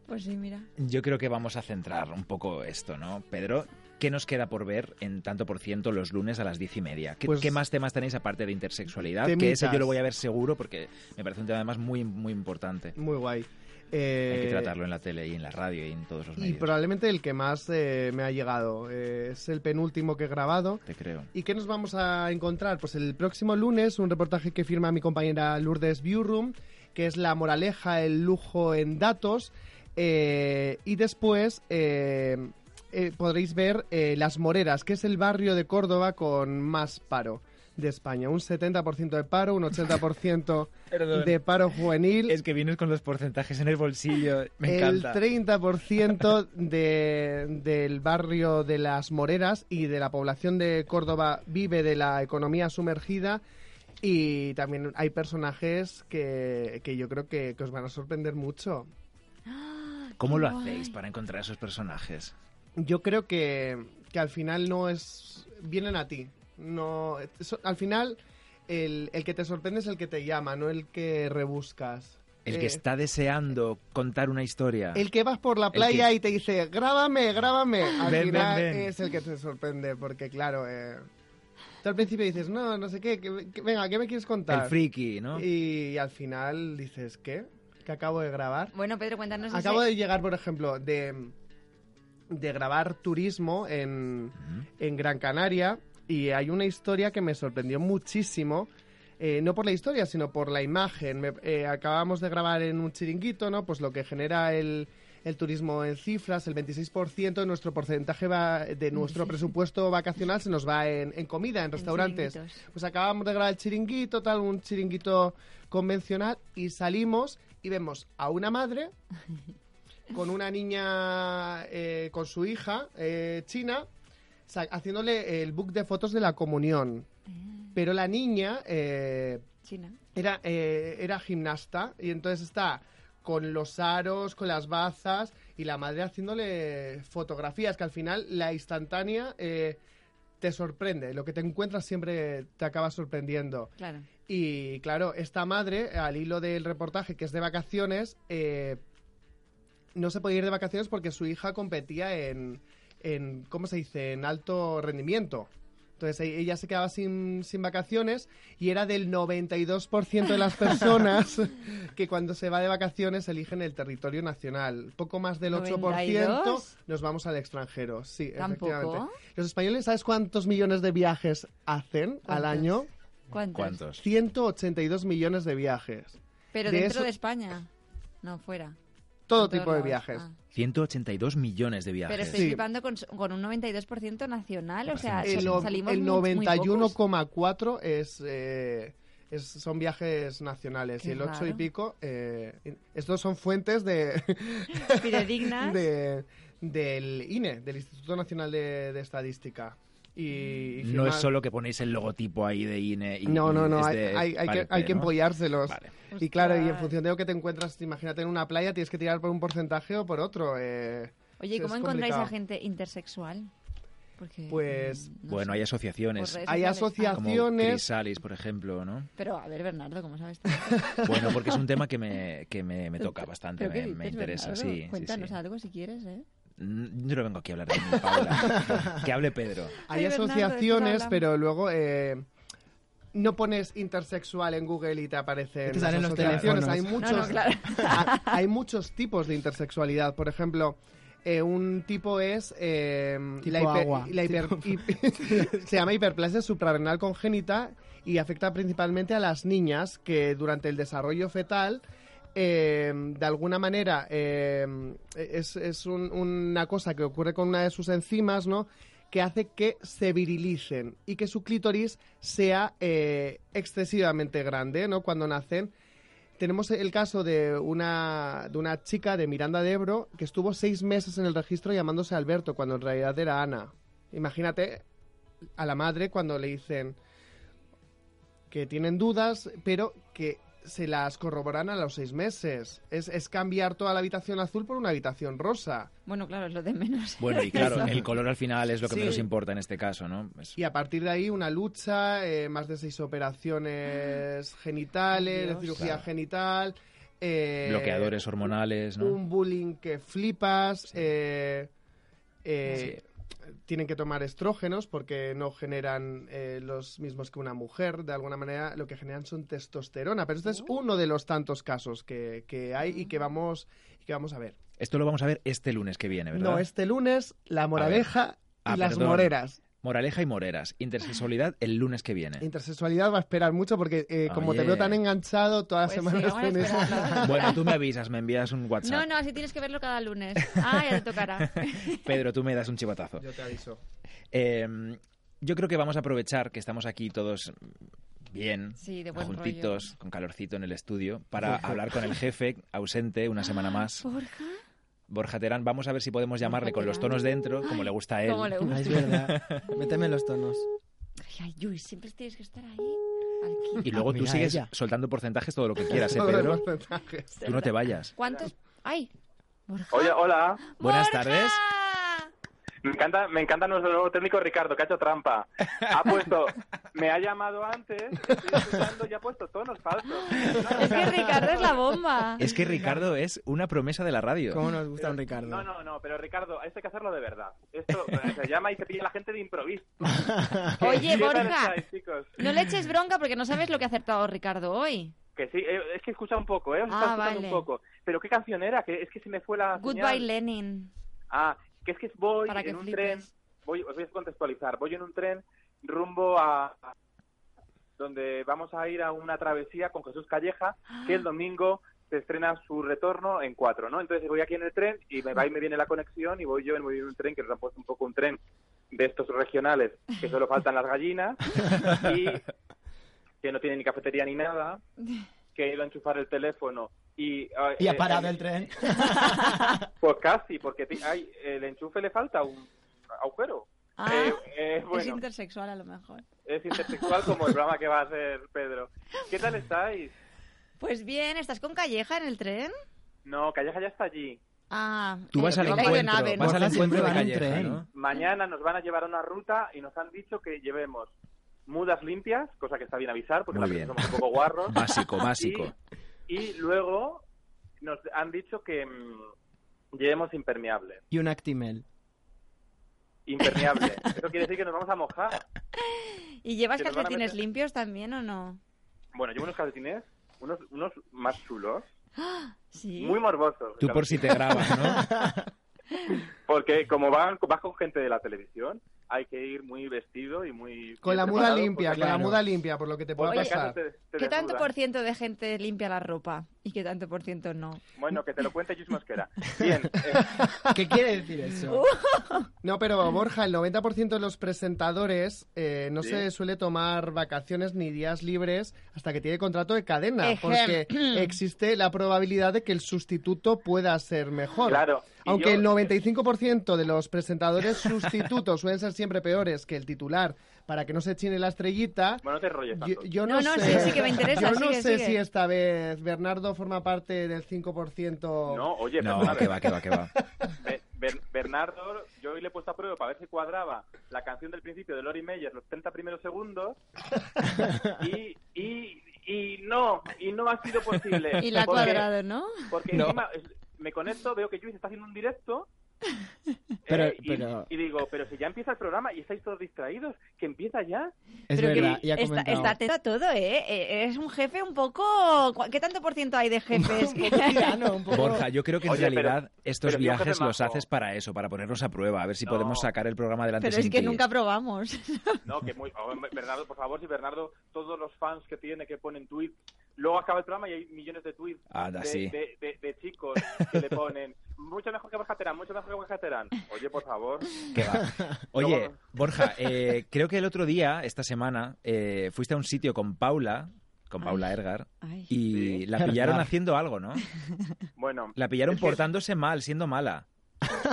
[SPEAKER 4] Pues sí, mira.
[SPEAKER 2] yo creo que vamos a centrar un poco esto, ¿no? Pedro, ¿qué nos queda por ver en tanto por ciento los lunes a las diez y media? ¿Qué,
[SPEAKER 10] Pues-
[SPEAKER 2] qué más temas tenéis aparte de intersexualidad? Que
[SPEAKER 10] Temitas.
[SPEAKER 2] ese yo lo voy a ver seguro porque me parece un tema además muy, muy importante.
[SPEAKER 10] Muy guay.
[SPEAKER 2] Hay que
[SPEAKER 10] Eh,
[SPEAKER 2] tratarlo en la tele y en la radio y en todos los
[SPEAKER 10] Y
[SPEAKER 2] medios.
[SPEAKER 10] probablemente el que más eh, me ha llegado. Eh, es el penúltimo que he grabado.
[SPEAKER 2] Te creo.
[SPEAKER 10] ¿Y qué nos vamos a encontrar? Pues el próximo lunes un reportaje que firma mi compañera Lourdes Viewroom, que es la moraleja, el lujo en datos. Eh, y después eh, eh, podréis ver eh, Las Moreras, que es el barrio de Córdoba con más paro de España. Un 70% de paro, un 80%
[SPEAKER 2] Perdón.
[SPEAKER 10] de paro juvenil.
[SPEAKER 2] Es que vienes con los porcentajes en el bolsillo. Me
[SPEAKER 10] el
[SPEAKER 2] encanta.
[SPEAKER 10] 30% de- del barrio de las Moreras y de la población de Córdoba vive de la economía sumergida y también hay personajes que, que yo creo que, que os van a sorprender mucho.
[SPEAKER 2] ¿Cómo lo
[SPEAKER 4] Guay.
[SPEAKER 2] hacéis para encontrar esos personajes?
[SPEAKER 10] Yo creo que, que al final no es... vienen a ti. No, eso- al final el, el que te sorprende es el que te llama, no el que rebuscas.
[SPEAKER 2] El que
[SPEAKER 10] Eh,
[SPEAKER 2] está deseando contar una historia.
[SPEAKER 10] El que vas por la
[SPEAKER 2] que-
[SPEAKER 10] playa y te dice, grábame, grábame. Al
[SPEAKER 2] Ven,
[SPEAKER 10] final
[SPEAKER 2] ven, ven.
[SPEAKER 10] es el que te sorprende, porque claro, eh, tú al principio dices, no, no sé qué, que- que- venga, ¿qué me quieres
[SPEAKER 2] El
[SPEAKER 10] contar?
[SPEAKER 2] friki, ¿no?
[SPEAKER 10] Y al final dices, ¿qué? ¿Que acabo de grabar?
[SPEAKER 4] Bueno, Pedro, cuéntanos ese-
[SPEAKER 10] Acabo de llegar, por ejemplo, de, de grabar turismo en,
[SPEAKER 2] Ujú.
[SPEAKER 10] en Gran Canaria y hay una historia que me sorprendió muchísimo. eh, no por la historia, sino por la imagen. Me- eh, acabamos de grabar en un chiringuito, ¿no? Pues lo que genera el, el turismo en cifras, el 26% de nuestro porcentaje va, de nuestro presupuesto vacacional se nos va en, en comida, en restaurantes.
[SPEAKER 4] chiringuitos.
[SPEAKER 10] Pues acabamos de grabar el chiringuito, tal, un chiringuito convencional, y salimos y vemos a una madre con una niña, eh, con su hija eh, china, sa- haciéndole el book de fotos de la comunión. Pero la niña eh,
[SPEAKER 4] China.
[SPEAKER 10] era, eh, era gimnasta y entonces está con los aros, con las bazas y la madre haciéndole fotografías que al final la instantánea eh, te sorprende. Lo que te encuentras siempre te acaba sorprendiendo.
[SPEAKER 4] Claro.
[SPEAKER 10] Y claro, esta madre, al hilo del reportaje que es de vacaciones, eh, no se podía ir de vacaciones porque su hija competía en, en, ¿cómo se dice?, en alto rendimiento. Entonces e- ella se quedaba sin, sin vacaciones y era del 92% de
[SPEAKER 4] [LAUGHS]
[SPEAKER 10] las personas que cuando se va de vacaciones eligen el territorio nacional. Poco más del 8%
[SPEAKER 4] ¿92?
[SPEAKER 10] nos vamos al extranjero. Sí,
[SPEAKER 4] Tampoco.
[SPEAKER 10] efectivamente. Los españoles, ¿sabes cuántos millones de viajes hacen al
[SPEAKER 4] ¿Cuántos?
[SPEAKER 10] año?
[SPEAKER 4] ¿Cuántos?
[SPEAKER 2] ¿Cuántos?
[SPEAKER 10] 182 millones de viajes.
[SPEAKER 4] Pero
[SPEAKER 10] De
[SPEAKER 4] dentro
[SPEAKER 10] eso-
[SPEAKER 4] de España. No, fuera.
[SPEAKER 10] Todo
[SPEAKER 4] En todos
[SPEAKER 10] tipo de
[SPEAKER 4] lados.
[SPEAKER 10] viajes.
[SPEAKER 4] Ah.
[SPEAKER 2] 182 millones de
[SPEAKER 4] Pero
[SPEAKER 2] viajes.
[SPEAKER 4] estoy
[SPEAKER 10] Sí.
[SPEAKER 4] flipando con, s- con un 92% nacional, o sea,
[SPEAKER 10] El,
[SPEAKER 4] sal-
[SPEAKER 10] o-
[SPEAKER 4] salimos
[SPEAKER 10] el
[SPEAKER 4] muy- muy pocos.
[SPEAKER 10] 91,4 es, eh, es- son viajes nacionales
[SPEAKER 4] Qué
[SPEAKER 10] y el 8 y
[SPEAKER 4] raro.
[SPEAKER 10] pico, eh, estos son fuentes de,
[SPEAKER 4] Fidedignas.
[SPEAKER 10] [LAUGHS] de- del INE, del Instituto Nacional de, de Estadística. Y, y
[SPEAKER 2] No es
[SPEAKER 10] firma-
[SPEAKER 2] solo que ponéis el logotipo ahí de INE. y-
[SPEAKER 10] No, no,
[SPEAKER 2] y
[SPEAKER 10] no,
[SPEAKER 2] es
[SPEAKER 10] hay,
[SPEAKER 2] de-
[SPEAKER 10] hay- hay que,
[SPEAKER 2] parece,
[SPEAKER 10] hay que
[SPEAKER 2] ¿no?
[SPEAKER 10] empollárselos.
[SPEAKER 2] Vale.
[SPEAKER 10] Y claro, y en
[SPEAKER 4] Ostras.
[SPEAKER 10] función de lo que te encuentras, imagínate en una playa, tienes que tirar por un porcentaje o por otro. eh,
[SPEAKER 4] Oye, ¿y
[SPEAKER 10] es
[SPEAKER 4] ¿cómo encontráis a
[SPEAKER 10] complicado.
[SPEAKER 4] gente intersexual? Porque,
[SPEAKER 10] Pues,
[SPEAKER 4] mm, no
[SPEAKER 2] Bueno,
[SPEAKER 4] sé.
[SPEAKER 2] hay
[SPEAKER 4] Por
[SPEAKER 2] asociaciones.
[SPEAKER 4] redes
[SPEAKER 10] Hay
[SPEAKER 4] sociales.
[SPEAKER 10] asocia-
[SPEAKER 2] Como
[SPEAKER 10] asociaciones.
[SPEAKER 2] Crisalis, por ejemplo, ¿no?
[SPEAKER 4] Pero a ver, Bernardo, ¿cómo sabes?
[SPEAKER 10] [LAUGHS]
[SPEAKER 2] Bueno, porque es un tema que me, que me, me toca bastante,
[SPEAKER 4] ¿Pero qué
[SPEAKER 2] me, me
[SPEAKER 4] dices,
[SPEAKER 2] interesa,
[SPEAKER 4] Bernardo?
[SPEAKER 2] sí, sí,
[SPEAKER 4] Cuéntanos
[SPEAKER 2] sí.
[SPEAKER 4] algo si quieres, ¿eh?
[SPEAKER 2] Mm, Yo no vengo aquí a hablar de
[SPEAKER 10] [LAUGHS]
[SPEAKER 2] mí, Paula. que hable Pedro.
[SPEAKER 10] Hay
[SPEAKER 4] Ay, Bernardo, después
[SPEAKER 10] asociaciones,
[SPEAKER 4] hablamos.
[SPEAKER 10] pero luego eh, no pones intersexual en Google y te aparecen
[SPEAKER 6] Te salen
[SPEAKER 10] las
[SPEAKER 6] los
[SPEAKER 10] asociaciones.
[SPEAKER 6] teléfonos.
[SPEAKER 10] Hay muchos,
[SPEAKER 4] No, no, claro. [LAUGHS]
[SPEAKER 10] [LAUGHS] ha- Ah, hay muchos tipos de intersexualidad. Por ejemplo, eh, un tipo es eh,
[SPEAKER 6] Tipo
[SPEAKER 10] la hiper-
[SPEAKER 6] agua.
[SPEAKER 10] la hiper- hip- [LAUGHS] se llama hiperplasia suprarrenal congénita y afecta principalmente a las niñas que durante el desarrollo fetal eh, de alguna manera eh, es, es un- una cosa que ocurre con una de sus enzimas, ¿no? que hace que se virilicen y que su clítoris sea eh, excesivamente grande, ¿no? Cuando nacen. Tenemos el caso de una, de una chica de Miranda de Ebro que estuvo seis meses en el registro llamándose Alberto, cuando en realidad era Ana. Imagínate a la madre cuando le dicen que tienen dudas, pero que se las corroboran a los seis meses. Es, es cambiar toda la habitación azul por una habitación rosa.
[SPEAKER 4] Bueno, claro, es lo de
[SPEAKER 10] [LAUGHS]
[SPEAKER 4] menos.
[SPEAKER 2] Bueno, y claro, el color al final es lo que
[SPEAKER 10] Sí.
[SPEAKER 2] menos importa en este caso, ¿no? Es-
[SPEAKER 10] Y a partir de ahí una lucha, eh, más de seis operaciones genitales,
[SPEAKER 4] Dios.
[SPEAKER 10] cirugía
[SPEAKER 2] Claro.
[SPEAKER 10] genital, eh,
[SPEAKER 2] bloqueadores hormonales, ¿no?
[SPEAKER 10] un bullying que flipas, eh, eh, tienen que tomar estrógenos porque no generan eh, los mismos que una mujer, de alguna manera lo que generan son testosterona, pero este es
[SPEAKER 6] Oh.
[SPEAKER 10] uno de los tantos casos que, que hay
[SPEAKER 6] Ah.
[SPEAKER 10] y que vamos, y que vamos a ver.
[SPEAKER 2] Esto lo vamos a ver este lunes que viene, ¿verdad?
[SPEAKER 10] No, este lunes la moraleja
[SPEAKER 2] Ah,
[SPEAKER 10] y las
[SPEAKER 2] perdón.
[SPEAKER 10] moreras.
[SPEAKER 2] Moraleja y Moreras. Intersexualidad el lunes que viene.
[SPEAKER 10] Intersexualidad va a esperar mucho porque eh,
[SPEAKER 6] Ah.
[SPEAKER 10] como te
[SPEAKER 2] Oye.
[SPEAKER 10] veo tan enganchado, todas
[SPEAKER 4] Pues
[SPEAKER 10] las
[SPEAKER 4] sí,
[SPEAKER 10] semanas
[SPEAKER 4] vamos a
[SPEAKER 10] tenés-
[SPEAKER 4] esperarlo.
[SPEAKER 10] [LAUGHS]
[SPEAKER 2] Bueno, tú me avisas, me envías un WhatsApp.
[SPEAKER 4] No, no, así tienes que verlo cada lunes. Ah, ya te
[SPEAKER 2] [LAUGHS]
[SPEAKER 4] tocará.
[SPEAKER 2] Pedro, tú me das un chivatazo.
[SPEAKER 10] Yo te aviso.
[SPEAKER 2] Eh, yo creo que vamos a aprovechar que estamos aquí todos bien,
[SPEAKER 4] Sí, de buen
[SPEAKER 2] juntitos, con calorcito en el estudio, para hablar con el jefe ausente una semana más.
[SPEAKER 4] Ah, ¿Borja?
[SPEAKER 2] Borja Terán, vamos a ver si podemos llamarle con los
[SPEAKER 4] Terán.
[SPEAKER 2] tonos dentro, como le gusta a él.
[SPEAKER 4] ¿Cómo le
[SPEAKER 6] Ah, es
[SPEAKER 4] gusta?
[SPEAKER 6] verdad. Méteme los tonos.
[SPEAKER 4] Ay, ay, Luis, siempre tienes que estar ahí.
[SPEAKER 2] Y
[SPEAKER 4] Aquí.
[SPEAKER 2] luego tú
[SPEAKER 6] Mira
[SPEAKER 2] sigues
[SPEAKER 6] ella.
[SPEAKER 2] soltando porcentajes todo lo que quieras, ¿eh,
[SPEAKER 10] Todos los
[SPEAKER 2] Pedro?
[SPEAKER 10] porcentajes.
[SPEAKER 4] [LAUGHS]
[SPEAKER 2] Tú no te vayas.
[SPEAKER 4] ¿Cuántos? ¡Ay! Borja.
[SPEAKER 3] Oye, hola.
[SPEAKER 2] Buenas
[SPEAKER 4] ¡Borja!
[SPEAKER 2] tardes.
[SPEAKER 3] Me encanta, me encanta nuestro nuevo técnico Ricardo, que ha hecho trampa. Ha puesto, me ha llamado antes, estoy escuchando y ha puesto tonos falsos.
[SPEAKER 4] Es que Ricardo es la bomba.
[SPEAKER 2] [LAUGHS] Es que Ricardo es una promesa de la radio.
[SPEAKER 6] ¿Cómo nos gusta un Ricardo?
[SPEAKER 3] No, no, no, pero Ricardo, esto hay que hacerlo de verdad. Esto eh, se llama y se pilla la gente de improviso.
[SPEAKER 4] Oye,
[SPEAKER 3] ¿Qué tal
[SPEAKER 4] Borja,
[SPEAKER 3] estáis, chicos?
[SPEAKER 4] no le eches bronca porque no sabes lo que ha acertado Ricardo hoy.
[SPEAKER 3] Que sí, eh, es que escucha un poco, ¿eh? Os
[SPEAKER 4] Ah,
[SPEAKER 3] estaba escuchando
[SPEAKER 4] vale.
[SPEAKER 3] un poco. Pero ¿qué canción era? Que es que se me fue la señal.
[SPEAKER 4] Goodbye, Lenin.
[SPEAKER 3] Ah, que es que voy
[SPEAKER 4] Para que
[SPEAKER 3] Ah, en un
[SPEAKER 4] flipes.
[SPEAKER 3] tren, voy, os voy a contextualizar, voy en un tren rumbo a, a- donde vamos a ir a una travesía con Jesús Calleja, que el domingo se estrena su retorno en cuatro, ¿no? Entonces voy aquí en el tren y me va y me viene la conexión y voy yo en voy en un tren que nos han puesto un poco un tren de estos regionales que solo faltan las gallinas y que no tiene ni cafetería ni nada, que he ido a enchufar el teléfono y... ah,
[SPEAKER 6] Y
[SPEAKER 3] eh,
[SPEAKER 6] ha parado
[SPEAKER 3] eh,
[SPEAKER 6] el tren.
[SPEAKER 3] pues casi, porque ti- ay, el enchufe le falta un agujero.
[SPEAKER 4] Ah,
[SPEAKER 3] Eh, eh,
[SPEAKER 4] Es
[SPEAKER 3] bueno,
[SPEAKER 4] intersexual a lo mejor.
[SPEAKER 3] es intersexual como el programa que va a hacer Pedro. ¿Qué tal estáis?
[SPEAKER 4] Pues bien, ¿estás con Calleja en el tren?
[SPEAKER 3] No, Calleja ya está allí.
[SPEAKER 4] Ah,
[SPEAKER 2] Tú
[SPEAKER 4] eh,
[SPEAKER 2] vas al
[SPEAKER 4] porque ha ido en
[SPEAKER 2] encuentro,
[SPEAKER 4] AVE, ¿no?
[SPEAKER 2] vas al
[SPEAKER 6] Borja
[SPEAKER 2] encuentro
[SPEAKER 6] siempre
[SPEAKER 2] de
[SPEAKER 6] va en un
[SPEAKER 2] Calleja,
[SPEAKER 6] tren.
[SPEAKER 2] ¿no?
[SPEAKER 3] Mañana nos van a llevar a una ruta y nos han dicho que llevemos mudas limpias, cosa que está bien avisar porque
[SPEAKER 2] Muy
[SPEAKER 3] la
[SPEAKER 2] bien.
[SPEAKER 3] somos un poco guarros.
[SPEAKER 2] Básico, básico.
[SPEAKER 3] Y, y luego nos han dicho que mm, llevemos impermeable.
[SPEAKER 6] Y un Actimel.
[SPEAKER 3] Impermeable. Eso quiere decir que nos vamos a mojar.
[SPEAKER 4] ¿Y llevas
[SPEAKER 3] que nos van a
[SPEAKER 4] calcetines
[SPEAKER 3] meter-
[SPEAKER 4] limpios también o no?
[SPEAKER 3] Bueno, llevo unos calcetines, unos, unos más chulos,
[SPEAKER 4] Sí.
[SPEAKER 3] muy morbosos.
[SPEAKER 2] Tú por si te grabas,
[SPEAKER 3] [LAUGHS]
[SPEAKER 2] ¿no?
[SPEAKER 3] Porque como van, vas con gente de la televisión, hay que ir muy vestido y muy...
[SPEAKER 10] Con
[SPEAKER 3] bien
[SPEAKER 10] la muda
[SPEAKER 3] preparado,
[SPEAKER 10] limpia,
[SPEAKER 3] porque
[SPEAKER 10] con la
[SPEAKER 6] claro.
[SPEAKER 10] muda limpia, por lo que te pueda
[SPEAKER 3] por si
[SPEAKER 4] Oye,
[SPEAKER 3] acaso
[SPEAKER 10] pasar.
[SPEAKER 3] te- te
[SPEAKER 4] ¿Qué tanto
[SPEAKER 3] desnudan.
[SPEAKER 4] por ciento de gente limpia la ropa? ¿Y qué tanto por ciento no?
[SPEAKER 3] Bueno, que te lo cuente Yus Mosquera. Bien,
[SPEAKER 10] [LAUGHS]
[SPEAKER 3] eh,
[SPEAKER 6] ¿Qué quiere decir eso?
[SPEAKER 10] No, pero Borja, el 90% de los presentadores eh, no
[SPEAKER 3] Sí.
[SPEAKER 10] se suele tomar vacaciones ni días libres hasta que tiene contrato de cadena,
[SPEAKER 4] Ejem. [CLEARS THROAT]
[SPEAKER 10] porque existe la probabilidad de que el sustituto pueda ser mejor.
[SPEAKER 3] claro. y
[SPEAKER 10] Aunque
[SPEAKER 3] yo- eh,
[SPEAKER 10] el 95% de los presentadores [LAUGHS] sustitutos suelen ser siempre peores que el titular para que no se chine la estrellita,
[SPEAKER 3] Bueno, no te enrolles
[SPEAKER 10] yo,
[SPEAKER 3] tanto.
[SPEAKER 10] yo
[SPEAKER 4] No,
[SPEAKER 10] no,
[SPEAKER 4] no,
[SPEAKER 10] sé.
[SPEAKER 4] sí, sí que me interesa,
[SPEAKER 10] Yo no
[SPEAKER 4] sigue,
[SPEAKER 10] sé
[SPEAKER 4] sigue.
[SPEAKER 10] si esta vez Bernardo forma parte del 5%.
[SPEAKER 3] No, oye,
[SPEAKER 2] No,
[SPEAKER 3] perdona,
[SPEAKER 2] que va, que va, que va.
[SPEAKER 3] Be- Ber- Bernardo, yo hoy le he puesto a prueba para ver si cuadraba la canción del principio de Lori Meyer, los 30 primeros segundos, y, y, y no, y no ha sido posible.
[SPEAKER 4] Y la ha
[SPEAKER 3] porque-
[SPEAKER 4] cuadrado, ¿no?
[SPEAKER 3] Porque
[SPEAKER 2] No.
[SPEAKER 3] [LAUGHS] encima es- me conecto, veo que Luis está haciendo un directo Pero,
[SPEAKER 8] Eh, y,
[SPEAKER 3] pero
[SPEAKER 8] y digo, pero si ya empieza el programa y estáis todos distraídos, que empieza ya.
[SPEAKER 3] es
[SPEAKER 4] Pero que
[SPEAKER 3] verdad, ya ha
[SPEAKER 4] está,
[SPEAKER 3] comentado.
[SPEAKER 4] está atento a todo, ¿eh? Eh, Es un jefe un poco... ¿cu- ¿Qué tanto por ciento hay
[SPEAKER 2] [LAUGHS]
[SPEAKER 4] de jefes?
[SPEAKER 3] Un poco tirano, un poco-
[SPEAKER 2] Borja, yo creo que en
[SPEAKER 8] Oye, pero-
[SPEAKER 2] realidad estos
[SPEAKER 8] pero si un jefe
[SPEAKER 2] viajes los
[SPEAKER 8] majo-
[SPEAKER 2] haces para eso, para ponernos a prueba, a ver si
[SPEAKER 8] No.
[SPEAKER 2] podemos sacar el programa adelante
[SPEAKER 4] Pero es
[SPEAKER 2] sin
[SPEAKER 4] que
[SPEAKER 2] ti.
[SPEAKER 4] nunca probamos.
[SPEAKER 8] No, que muy. oh, Bernardo, por favor, si Bernardo, todos los fans que tiene que ponen tweets, luego acaba el programa y hay millones de tweets
[SPEAKER 2] Anda,
[SPEAKER 8] de,
[SPEAKER 2] sí.
[SPEAKER 8] de- de- de chicos que le ponen mucho mejor que Borja Terán, mucho mejor que Borja Terán. Oye, por favor.
[SPEAKER 2] Que va.
[SPEAKER 8] [LAUGHS]
[SPEAKER 2] Oye, Borja, eh, creo que el otro día, esta semana, eh, fuiste a un sitio con Paula, con Paula
[SPEAKER 4] Ay.
[SPEAKER 2] Ergar,
[SPEAKER 4] Ay.
[SPEAKER 2] y
[SPEAKER 8] Sí. [LAUGHS]
[SPEAKER 2] la pillaron
[SPEAKER 3] Ergar.
[SPEAKER 2] haciendo algo, ¿no?
[SPEAKER 8] Bueno,
[SPEAKER 2] La pillaron
[SPEAKER 8] Es que-
[SPEAKER 2] portándose mal, siendo mala.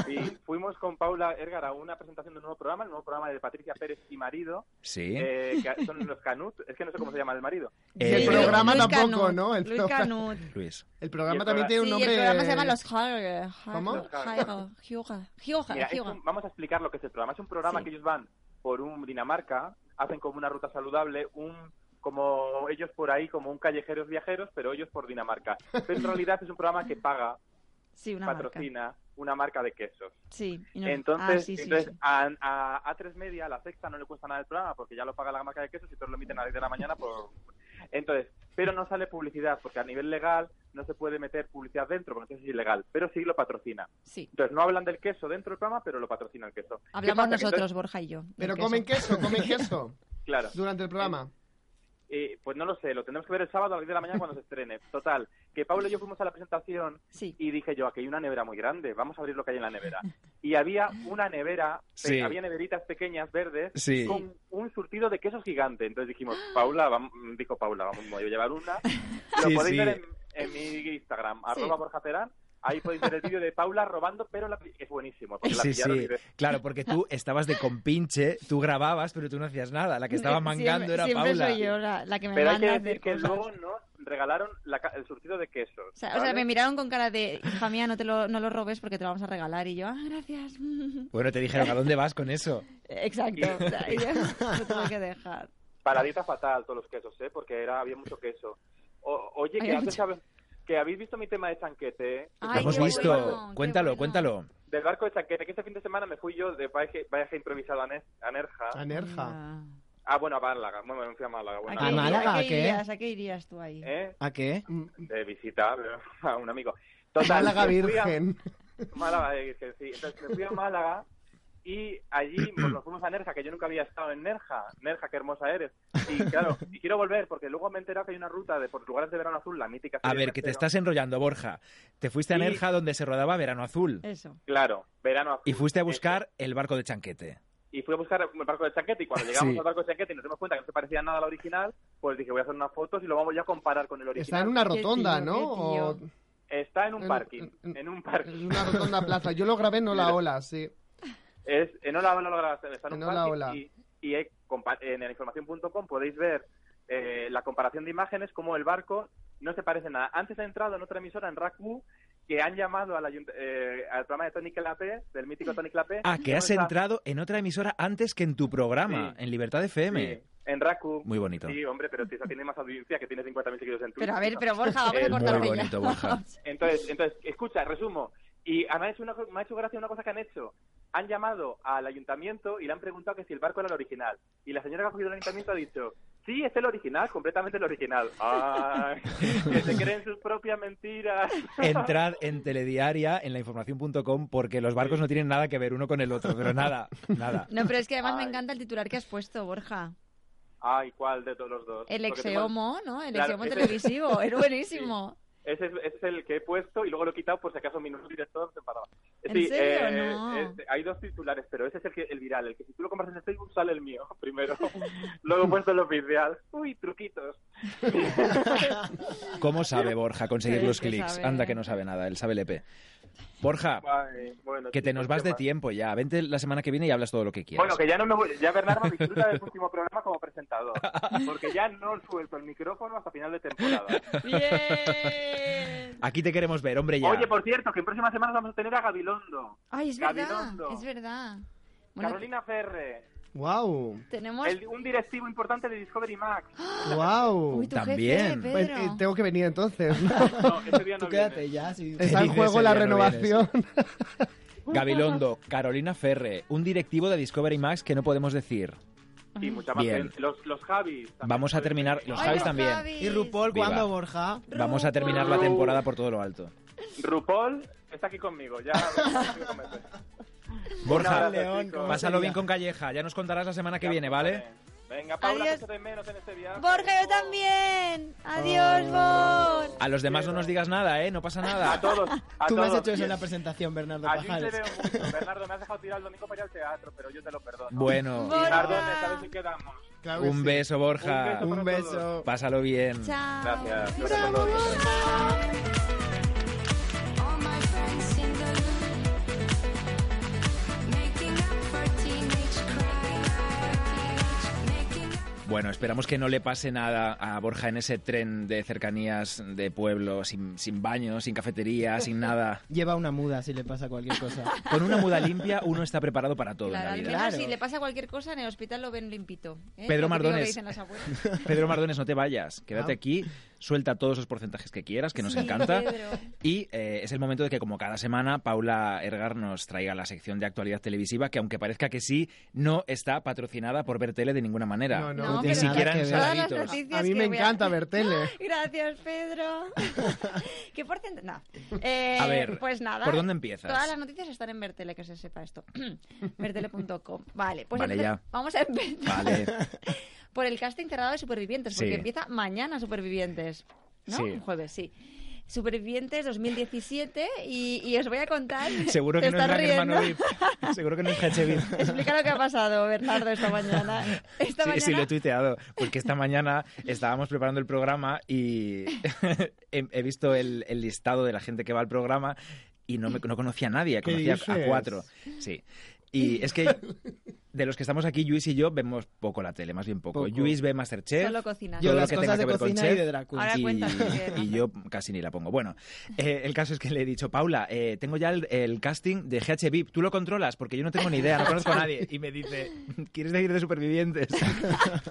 [SPEAKER 8] y fuimos con Paula Ergar a una presentación de un nuevo programa, el nuevo programa de Patricia Pérez y marido,
[SPEAKER 2] Sí.
[SPEAKER 8] eh, que son los Canut. Es que no sé cómo se llama el marido.
[SPEAKER 10] Y
[SPEAKER 2] Eh,
[SPEAKER 10] el programa
[SPEAKER 4] Luis
[SPEAKER 10] tampoco,
[SPEAKER 4] Canut,
[SPEAKER 10] ¿no? El
[SPEAKER 4] Luis
[SPEAKER 10] programa- [LAUGHS]
[SPEAKER 4] Canut.
[SPEAKER 2] Luis.
[SPEAKER 10] El
[SPEAKER 8] Y
[SPEAKER 10] programa
[SPEAKER 8] el
[SPEAKER 10] también tiene un
[SPEAKER 4] Sí,
[SPEAKER 10] nombre.
[SPEAKER 4] el programa se llama Los Hager.
[SPEAKER 10] ¿Cómo?
[SPEAKER 8] Los Hager.
[SPEAKER 4] Hyoga. Hyoga.
[SPEAKER 8] Mira, es
[SPEAKER 4] Hyoga.
[SPEAKER 8] un- vamos a explicar lo que es el programa. Es un programa
[SPEAKER 4] Sí.
[SPEAKER 8] que ellos van por un Dinamarca, hacen como una ruta saludable, un como ellos por ahí, como un callejeros viajeros, pero ellos por Dinamarca. Pero
[SPEAKER 4] [LAUGHS]
[SPEAKER 8] en realidad es un programa que paga,
[SPEAKER 4] Sí, una marca.
[SPEAKER 8] patrocina una marca de quesos.
[SPEAKER 4] Sí. y no-
[SPEAKER 8] Entonces,
[SPEAKER 4] Ah, sí, sí,
[SPEAKER 8] entonces
[SPEAKER 4] sí.
[SPEAKER 8] A, a, 3 media, a la sexta, no le cuesta nada el programa porque ya lo paga la marca de quesos y todos lo emiten a las 10 de la mañana. Por... Entonces, pero no sale publicidad porque a nivel legal no se puede meter publicidad dentro porque eso es ilegal, pero sí lo patrocina.
[SPEAKER 4] Sí.
[SPEAKER 8] Entonces, no hablan del queso dentro del programa, pero lo patrocina el queso. ¿Qué
[SPEAKER 4] Hablamos
[SPEAKER 8] pasa? Que
[SPEAKER 4] nosotros,
[SPEAKER 8] entonces-
[SPEAKER 4] Borja y yo. del
[SPEAKER 10] Pero
[SPEAKER 4] queso.
[SPEAKER 10] comen queso, comen
[SPEAKER 8] [LAUGHS]
[SPEAKER 10] queso
[SPEAKER 8] claro.
[SPEAKER 10] durante el programa.
[SPEAKER 8] Eh, pues no lo sé, lo tendremos que ver el sábado a las 10 de la mañana cuando se estrene. Total, que Pablo y yo fuimos a la presentación
[SPEAKER 4] Sí.
[SPEAKER 8] y dije yo, aquí hay una nevera muy grande, vamos a abrir lo que hay en la nevera. Y había una nevera, pe-
[SPEAKER 2] Sí.
[SPEAKER 8] había neveritas pequeñas verdes
[SPEAKER 2] Sí.
[SPEAKER 8] con un surtido de quesos gigante. Entonces dijimos, Paula, vam- dijo Paula, vamos, me voy a llevar una. Lo
[SPEAKER 2] Sí,
[SPEAKER 8] podéis
[SPEAKER 2] sí.
[SPEAKER 8] ver en, en mi Instagram, arroba Borja Terán. Ahí podéis ver el vídeo de Paula robando, pero la- es buenísimo. Porque la
[SPEAKER 2] Sí,
[SPEAKER 8] pillaron
[SPEAKER 2] sí.
[SPEAKER 8] y de-
[SPEAKER 2] Claro, porque tú estabas de compinche, tú grababas, pero tú no hacías nada. La que estaba
[SPEAKER 4] [LAUGHS] Siempre-
[SPEAKER 2] mangando era
[SPEAKER 4] siempre
[SPEAKER 2] Paula.
[SPEAKER 4] soy yo la, la que me
[SPEAKER 8] Pero hay
[SPEAKER 4] manda
[SPEAKER 8] que
[SPEAKER 4] a
[SPEAKER 8] decir
[SPEAKER 4] hacer
[SPEAKER 8] que
[SPEAKER 4] cosas.
[SPEAKER 8] luego nos regalaron la ca- el surtido de quesos.
[SPEAKER 4] O sea, o sea,
[SPEAKER 8] ¿vale?
[SPEAKER 4] me miraron con cara de, hija mía, no, te lo, no lo robes porque te lo vamos a regalar. Y yo, ah, gracias. [LAUGHS]
[SPEAKER 2] Bueno, te dijeron, ¿a dónde vas con eso?
[SPEAKER 4] Exacto. O sea, y [LAUGHS] yo lo tuve que dejar.
[SPEAKER 8] Para dieta fatal todos los quesos, ¿eh? Porque era, había mucho queso. O- oye, que
[SPEAKER 4] Había
[SPEAKER 8] antes
[SPEAKER 4] mucho-
[SPEAKER 8] hab- que habéis visto mi tema de chanquete, ¿eh? Que
[SPEAKER 4] Ay,
[SPEAKER 2] Lo hemos
[SPEAKER 4] qué
[SPEAKER 2] visto.
[SPEAKER 4] bueno, qué
[SPEAKER 2] cuéntalo,
[SPEAKER 4] bueno.
[SPEAKER 2] cuéntalo.
[SPEAKER 8] Del barco de chanquete, que este fin de semana me fui yo de viaje, viaje improvisado a, Ne- a Nerja.
[SPEAKER 10] Anerja.
[SPEAKER 8] Ah, bueno, a Málaga. Bueno, me fui a Málaga.
[SPEAKER 4] ¿A
[SPEAKER 8] Bueno,
[SPEAKER 4] qué,
[SPEAKER 3] ¿A
[SPEAKER 8] yo-
[SPEAKER 3] Málaga?
[SPEAKER 4] ¿a
[SPEAKER 3] ¿A
[SPEAKER 4] qué
[SPEAKER 3] qué?
[SPEAKER 4] irías, ¿A qué irías tú ahí?
[SPEAKER 8] ¿eh?
[SPEAKER 3] ¿A qué?
[SPEAKER 8] De visita [LAUGHS] a un amigo. Total,
[SPEAKER 10] Málaga
[SPEAKER 8] que fui a-
[SPEAKER 10] Virgen.
[SPEAKER 8] Málaga de Virgen, sí. Entonces me fui a Málaga y allí pues, nos fuimos a Nerja, que yo nunca había estado en Nerja. Nerja, qué hermosa eres. Y claro, y quiero volver porque luego me he enterado que hay una ruta de por lugares de verano azul, la mítica.
[SPEAKER 2] A
[SPEAKER 8] serie
[SPEAKER 2] ver, que te
[SPEAKER 8] Casero.
[SPEAKER 2] estás enrollando, Borja. Te fuiste a
[SPEAKER 8] Sí.
[SPEAKER 2] Nerja, donde se rodaba Verano Azul.
[SPEAKER 4] Eso.
[SPEAKER 8] Claro, verano azul.
[SPEAKER 2] Y fuiste a
[SPEAKER 8] Eso.
[SPEAKER 2] buscar el barco de Chanquete.
[SPEAKER 8] Y fui a buscar el barco de chaquete y cuando llegamos
[SPEAKER 2] Sí.
[SPEAKER 8] al barco de chaquete y nos dimos cuenta que no se parecía nada al original, pues dije, voy a hacer unas fotos y lo vamos ya a comparar con el
[SPEAKER 10] Está
[SPEAKER 8] original.
[SPEAKER 10] en una
[SPEAKER 4] Qué
[SPEAKER 10] rotonda,
[SPEAKER 4] tío,
[SPEAKER 10] ¿no?
[SPEAKER 4] qué tío.
[SPEAKER 10] O-
[SPEAKER 8] Está en un
[SPEAKER 10] en-
[SPEAKER 8] parking,
[SPEAKER 10] en-
[SPEAKER 8] en un
[SPEAKER 10] en
[SPEAKER 8] parking.
[SPEAKER 10] una rotonda plaza. Yo lo grabé
[SPEAKER 8] [LAUGHS]
[SPEAKER 10] en Ola Ola, sí.
[SPEAKER 8] Es en Hola Hola Hola, está en un
[SPEAKER 10] En Hola,
[SPEAKER 8] parking
[SPEAKER 10] Hola.
[SPEAKER 8] y, y hay compa- en información.com podéis ver eh, la comparación de imágenes, como el barco no se parece nada. Antes he entrado en otra emisora, en RACU, que han llamado al, ayunt- eh, al programa de Tony Clapé, del mítico Tony Clapé.
[SPEAKER 2] Ah, que
[SPEAKER 8] ¿Cómo
[SPEAKER 2] has
[SPEAKER 8] está?
[SPEAKER 2] entrado en otra emisora antes que en tu programa,
[SPEAKER 8] Sí.
[SPEAKER 2] en Libertad FM.
[SPEAKER 8] Sí, en RACU.
[SPEAKER 2] Muy bonito.
[SPEAKER 8] Sí, hombre, pero esa tiene más audiencia que tiene 50.000 seguidores en Twitter.
[SPEAKER 4] Pero a ver, pero
[SPEAKER 8] [LAUGHS]
[SPEAKER 4] Borja, vamos
[SPEAKER 8] Eh,
[SPEAKER 4] a
[SPEAKER 8] muy
[SPEAKER 4] cortarte ya.
[SPEAKER 2] bonito, Borja.
[SPEAKER 8] Entonces, entonces, escucha, resumo. Y a mí me ha hecho una co- me ha hecho gracia una cosa que han hecho. Han llamado al ayuntamiento y le han preguntado que si el barco era el original. Y la señora que ha cogido el ayuntamiento ha dicho, sí, es el original, completamente el original. Ay, que se creen sus propias mentiras.
[SPEAKER 2] Entrad en telediaria, en lainformación.com, porque los barcos no tienen nada que ver uno con el otro, pero nada, nada.
[SPEAKER 4] [LAUGHS] No, pero es que además me
[SPEAKER 8] Ay.
[SPEAKER 4] encanta el titular que has puesto, Borja.
[SPEAKER 8] Ay, ¿cuál de todos los dos?
[SPEAKER 4] El
[SPEAKER 8] Porque tengo-
[SPEAKER 4] exeomo, ¿no? El
[SPEAKER 8] Claro,
[SPEAKER 4] exeomo
[SPEAKER 8] ese- [LAUGHS]
[SPEAKER 4] televisivo. Es buenísimo.
[SPEAKER 8] Ese es, ese es el que he puesto y luego lo he quitado por si acaso mi nuevo director se enfadaba.
[SPEAKER 4] ¿En serio? No.
[SPEAKER 8] este, hay dos titulares, pero ese es el, que, el viral. El que si tú lo compras en el Facebook sale el mío [LAUGHS] primero. luego he puesto el oficial. Uy, truquitos.
[SPEAKER 2] ¿Cómo sabe Borja conseguir
[SPEAKER 4] [LAUGHS] Pero
[SPEAKER 2] los
[SPEAKER 4] es que
[SPEAKER 2] clics?
[SPEAKER 4] sabe.
[SPEAKER 2] Anda, que no sabe nada, él sabe el EP. Borja,
[SPEAKER 8] Ay, eh, bueno,
[SPEAKER 2] que te
[SPEAKER 8] chicos,
[SPEAKER 2] nos vas de
[SPEAKER 8] ¿qué más?
[SPEAKER 2] tiempo ya. Vente la semana que viene y hablas todo lo que quieras.
[SPEAKER 8] Bueno, que ya no me voy, ya Bernardo disfruta del último programa como presentador, porque ya no suelto el micrófono hasta final de temporada.
[SPEAKER 4] ¡Bien!
[SPEAKER 2] Aquí te queremos ver, hombre, [LAUGHS] ya.
[SPEAKER 8] Oye, por cierto, que en próximas semanas vamos a tener a Gabilondo,
[SPEAKER 4] Ay, es verdad.
[SPEAKER 8] Gabilondo.
[SPEAKER 4] Es verdad. Bueno,
[SPEAKER 8] Carolina Ferre,
[SPEAKER 10] ¡Wow!
[SPEAKER 4] tenemos...
[SPEAKER 8] el- un directivo importante de Discovery
[SPEAKER 4] [GASPS]
[SPEAKER 8] Max.
[SPEAKER 10] ¡Wow!
[SPEAKER 4] Uy, tu
[SPEAKER 2] También.
[SPEAKER 4] jefe,
[SPEAKER 10] Pues,
[SPEAKER 4] Pedro.
[SPEAKER 10] eh, tengo que
[SPEAKER 3] [LAUGHS]
[SPEAKER 10] venir entonces. ¿no?
[SPEAKER 8] No, ese día no
[SPEAKER 3] Tú quédate
[SPEAKER 8] viene.
[SPEAKER 3] ya. Si...
[SPEAKER 10] Está en
[SPEAKER 2] dices,
[SPEAKER 10] juego
[SPEAKER 2] eh,
[SPEAKER 10] la
[SPEAKER 2] ya no
[SPEAKER 10] renovación.
[SPEAKER 2] Gabilondo, Carolina Ferre, un directivo de Discovery Max que no podemos decir.
[SPEAKER 8] Y mucha más
[SPEAKER 2] Bien.
[SPEAKER 8] gente. Los, los Javis. también.
[SPEAKER 2] Vamos a terminar, los
[SPEAKER 4] Ay,
[SPEAKER 2] Javis
[SPEAKER 4] los
[SPEAKER 2] también.
[SPEAKER 4] Javis.
[SPEAKER 3] ¿Y RuPaul
[SPEAKER 2] Viva.
[SPEAKER 3] cuándo, Borja?
[SPEAKER 2] Vamos a terminar la temporada por todo lo alto.
[SPEAKER 8] RuPaul está aquí
[SPEAKER 4] [LAUGHS]
[SPEAKER 8] conmigo, ya. Un
[SPEAKER 2] Borja,
[SPEAKER 8] abrazo, chicos.
[SPEAKER 2] pásalo bien con Calleja. Ya nos contarás la semana que viene, ¿vale?
[SPEAKER 8] Venga, Paula,
[SPEAKER 4] Adiós.
[SPEAKER 8] que te menos en este viaje.
[SPEAKER 4] Borja, yo también. Adiós, Bor.
[SPEAKER 2] A los demás no nos digas nada, ¿eh? No pasa
[SPEAKER 8] A
[SPEAKER 2] nada.
[SPEAKER 8] todos. A
[SPEAKER 3] Tú me has
[SPEAKER 8] todos.
[SPEAKER 3] hecho eso en
[SPEAKER 8] Y-
[SPEAKER 3] la presentación, Bernardo
[SPEAKER 8] A Luis le
[SPEAKER 3] Pajares.
[SPEAKER 8] veo mucho. Bernardo, me has dejado tirar el domingo para ir al teatro, pero yo te lo perdono.
[SPEAKER 2] Bueno,
[SPEAKER 4] Borja.
[SPEAKER 8] Bernardo, ¿sabes si quedamos?
[SPEAKER 3] [LAUGHS] Claro que
[SPEAKER 2] un
[SPEAKER 3] sí.
[SPEAKER 2] beso, Borja.
[SPEAKER 8] Un beso.
[SPEAKER 3] Un beso.
[SPEAKER 2] Pásalo bien.
[SPEAKER 4] Chao.
[SPEAKER 8] Gracias.
[SPEAKER 4] Bravo, Borja.
[SPEAKER 2] Bueno, esperamos que no le pase nada a Borja en ese tren de cercanías de pueblo, sin, sin baño, sin cafetería, sin nada.
[SPEAKER 3] Lleva una muda si le pasa cualquier cosa.
[SPEAKER 2] Con una muda limpia uno está preparado para todo
[SPEAKER 4] Claro, al
[SPEAKER 2] en la
[SPEAKER 4] menos
[SPEAKER 2] vida.
[SPEAKER 4] si le pasa cualquier cosa en el hospital lo ven limpito.
[SPEAKER 2] Pedro
[SPEAKER 4] ¿eh? Lo típico
[SPEAKER 2] Mardones.
[SPEAKER 4] que dicen las abuelas.
[SPEAKER 2] Pedro Mardones, no te vayas, quédate aquí, suelta todos los porcentajes que quieras, que [LAUGHS] nos
[SPEAKER 4] Ah. Sí, [LAUGHS]
[SPEAKER 2] encanta.
[SPEAKER 4] Pedro.
[SPEAKER 2] Y eh, es el momento de que, como cada semana, Paula Ergar nos traiga la sección de actualidad televisiva, que aunque parezca que sí, no está patrocinada por ver tele de ninguna manera.
[SPEAKER 10] No, no.
[SPEAKER 4] No,
[SPEAKER 2] Ni
[SPEAKER 4] pero
[SPEAKER 2] siquiera en
[SPEAKER 3] nada que ver.
[SPEAKER 4] todas las
[SPEAKER 2] saladitos.
[SPEAKER 4] noticias
[SPEAKER 10] A mí
[SPEAKER 4] que
[SPEAKER 10] me
[SPEAKER 4] voy
[SPEAKER 10] encanta ver tele.
[SPEAKER 4] [LAUGHS] Gracias, Pedro. [LAUGHS] ¿Qué porcentaje? No. Eh,
[SPEAKER 2] A ver,
[SPEAKER 4] pues nada.
[SPEAKER 2] ¿por dónde empiezas?
[SPEAKER 4] Todas las noticias están en Vertele, que se sepa esto. [CLEARS THROAT] Vertele.com. Vale, pues
[SPEAKER 2] Vale,
[SPEAKER 4] empe-
[SPEAKER 2] ya.
[SPEAKER 4] vamos a empezar
[SPEAKER 2] Vale.
[SPEAKER 4] [LAUGHS] por el casting cerrado de Supervivientes, porque
[SPEAKER 2] Sí.
[SPEAKER 4] empieza mañana Supervivientes. ¿No?
[SPEAKER 2] Sí.
[SPEAKER 4] Un jueves, sí. Supervivientes 2017 y, y os voy a contar.
[SPEAKER 2] [LAUGHS] Seguro que
[SPEAKER 4] Te
[SPEAKER 2] no es
[SPEAKER 4] estás
[SPEAKER 2] Gran Hermano
[SPEAKER 4] riendo.
[SPEAKER 2] VIP. Seguro que no es Hachevip.
[SPEAKER 4] [LAUGHS] Explica lo que ha pasado, Bernardo, esta mañana. Esta
[SPEAKER 2] sí,
[SPEAKER 4] mañana...
[SPEAKER 2] sí, lo he tuiteado. Porque esta mañana estábamos preparando el programa y [LAUGHS] he, he visto el, el listado de la gente que va al programa y no, me, no conocía a nadie,
[SPEAKER 10] ¿Qué
[SPEAKER 2] conocía a
[SPEAKER 10] dices?
[SPEAKER 2] cuatro. Sí. Y
[SPEAKER 10] [LAUGHS]
[SPEAKER 2] es que de los que estamos aquí, Luis y yo vemos poco la tele, más bien poco.
[SPEAKER 3] Poco.
[SPEAKER 2] Luis ve Masterchef.
[SPEAKER 4] Solo cocina.
[SPEAKER 3] Yo
[SPEAKER 2] todo
[SPEAKER 3] las
[SPEAKER 2] lo que tenga
[SPEAKER 3] cosas de
[SPEAKER 2] que ver con
[SPEAKER 3] cocina
[SPEAKER 2] chef.
[SPEAKER 3] y de drag queen.
[SPEAKER 4] Ahora
[SPEAKER 2] y,
[SPEAKER 4] cuéntanos,
[SPEAKER 2] [LAUGHS]
[SPEAKER 4] que-
[SPEAKER 2] y yo casi ni la pongo. Bueno, [LAUGHS] eh, el caso es que le he dicho, Paula, eh, tengo ya el, el casting de GH VIP, tú lo controlas porque yo no tengo ni idea, no conozco a
[SPEAKER 3] [LAUGHS]
[SPEAKER 2] nadie. Y me dice, ¿quieres decir de supervivientes?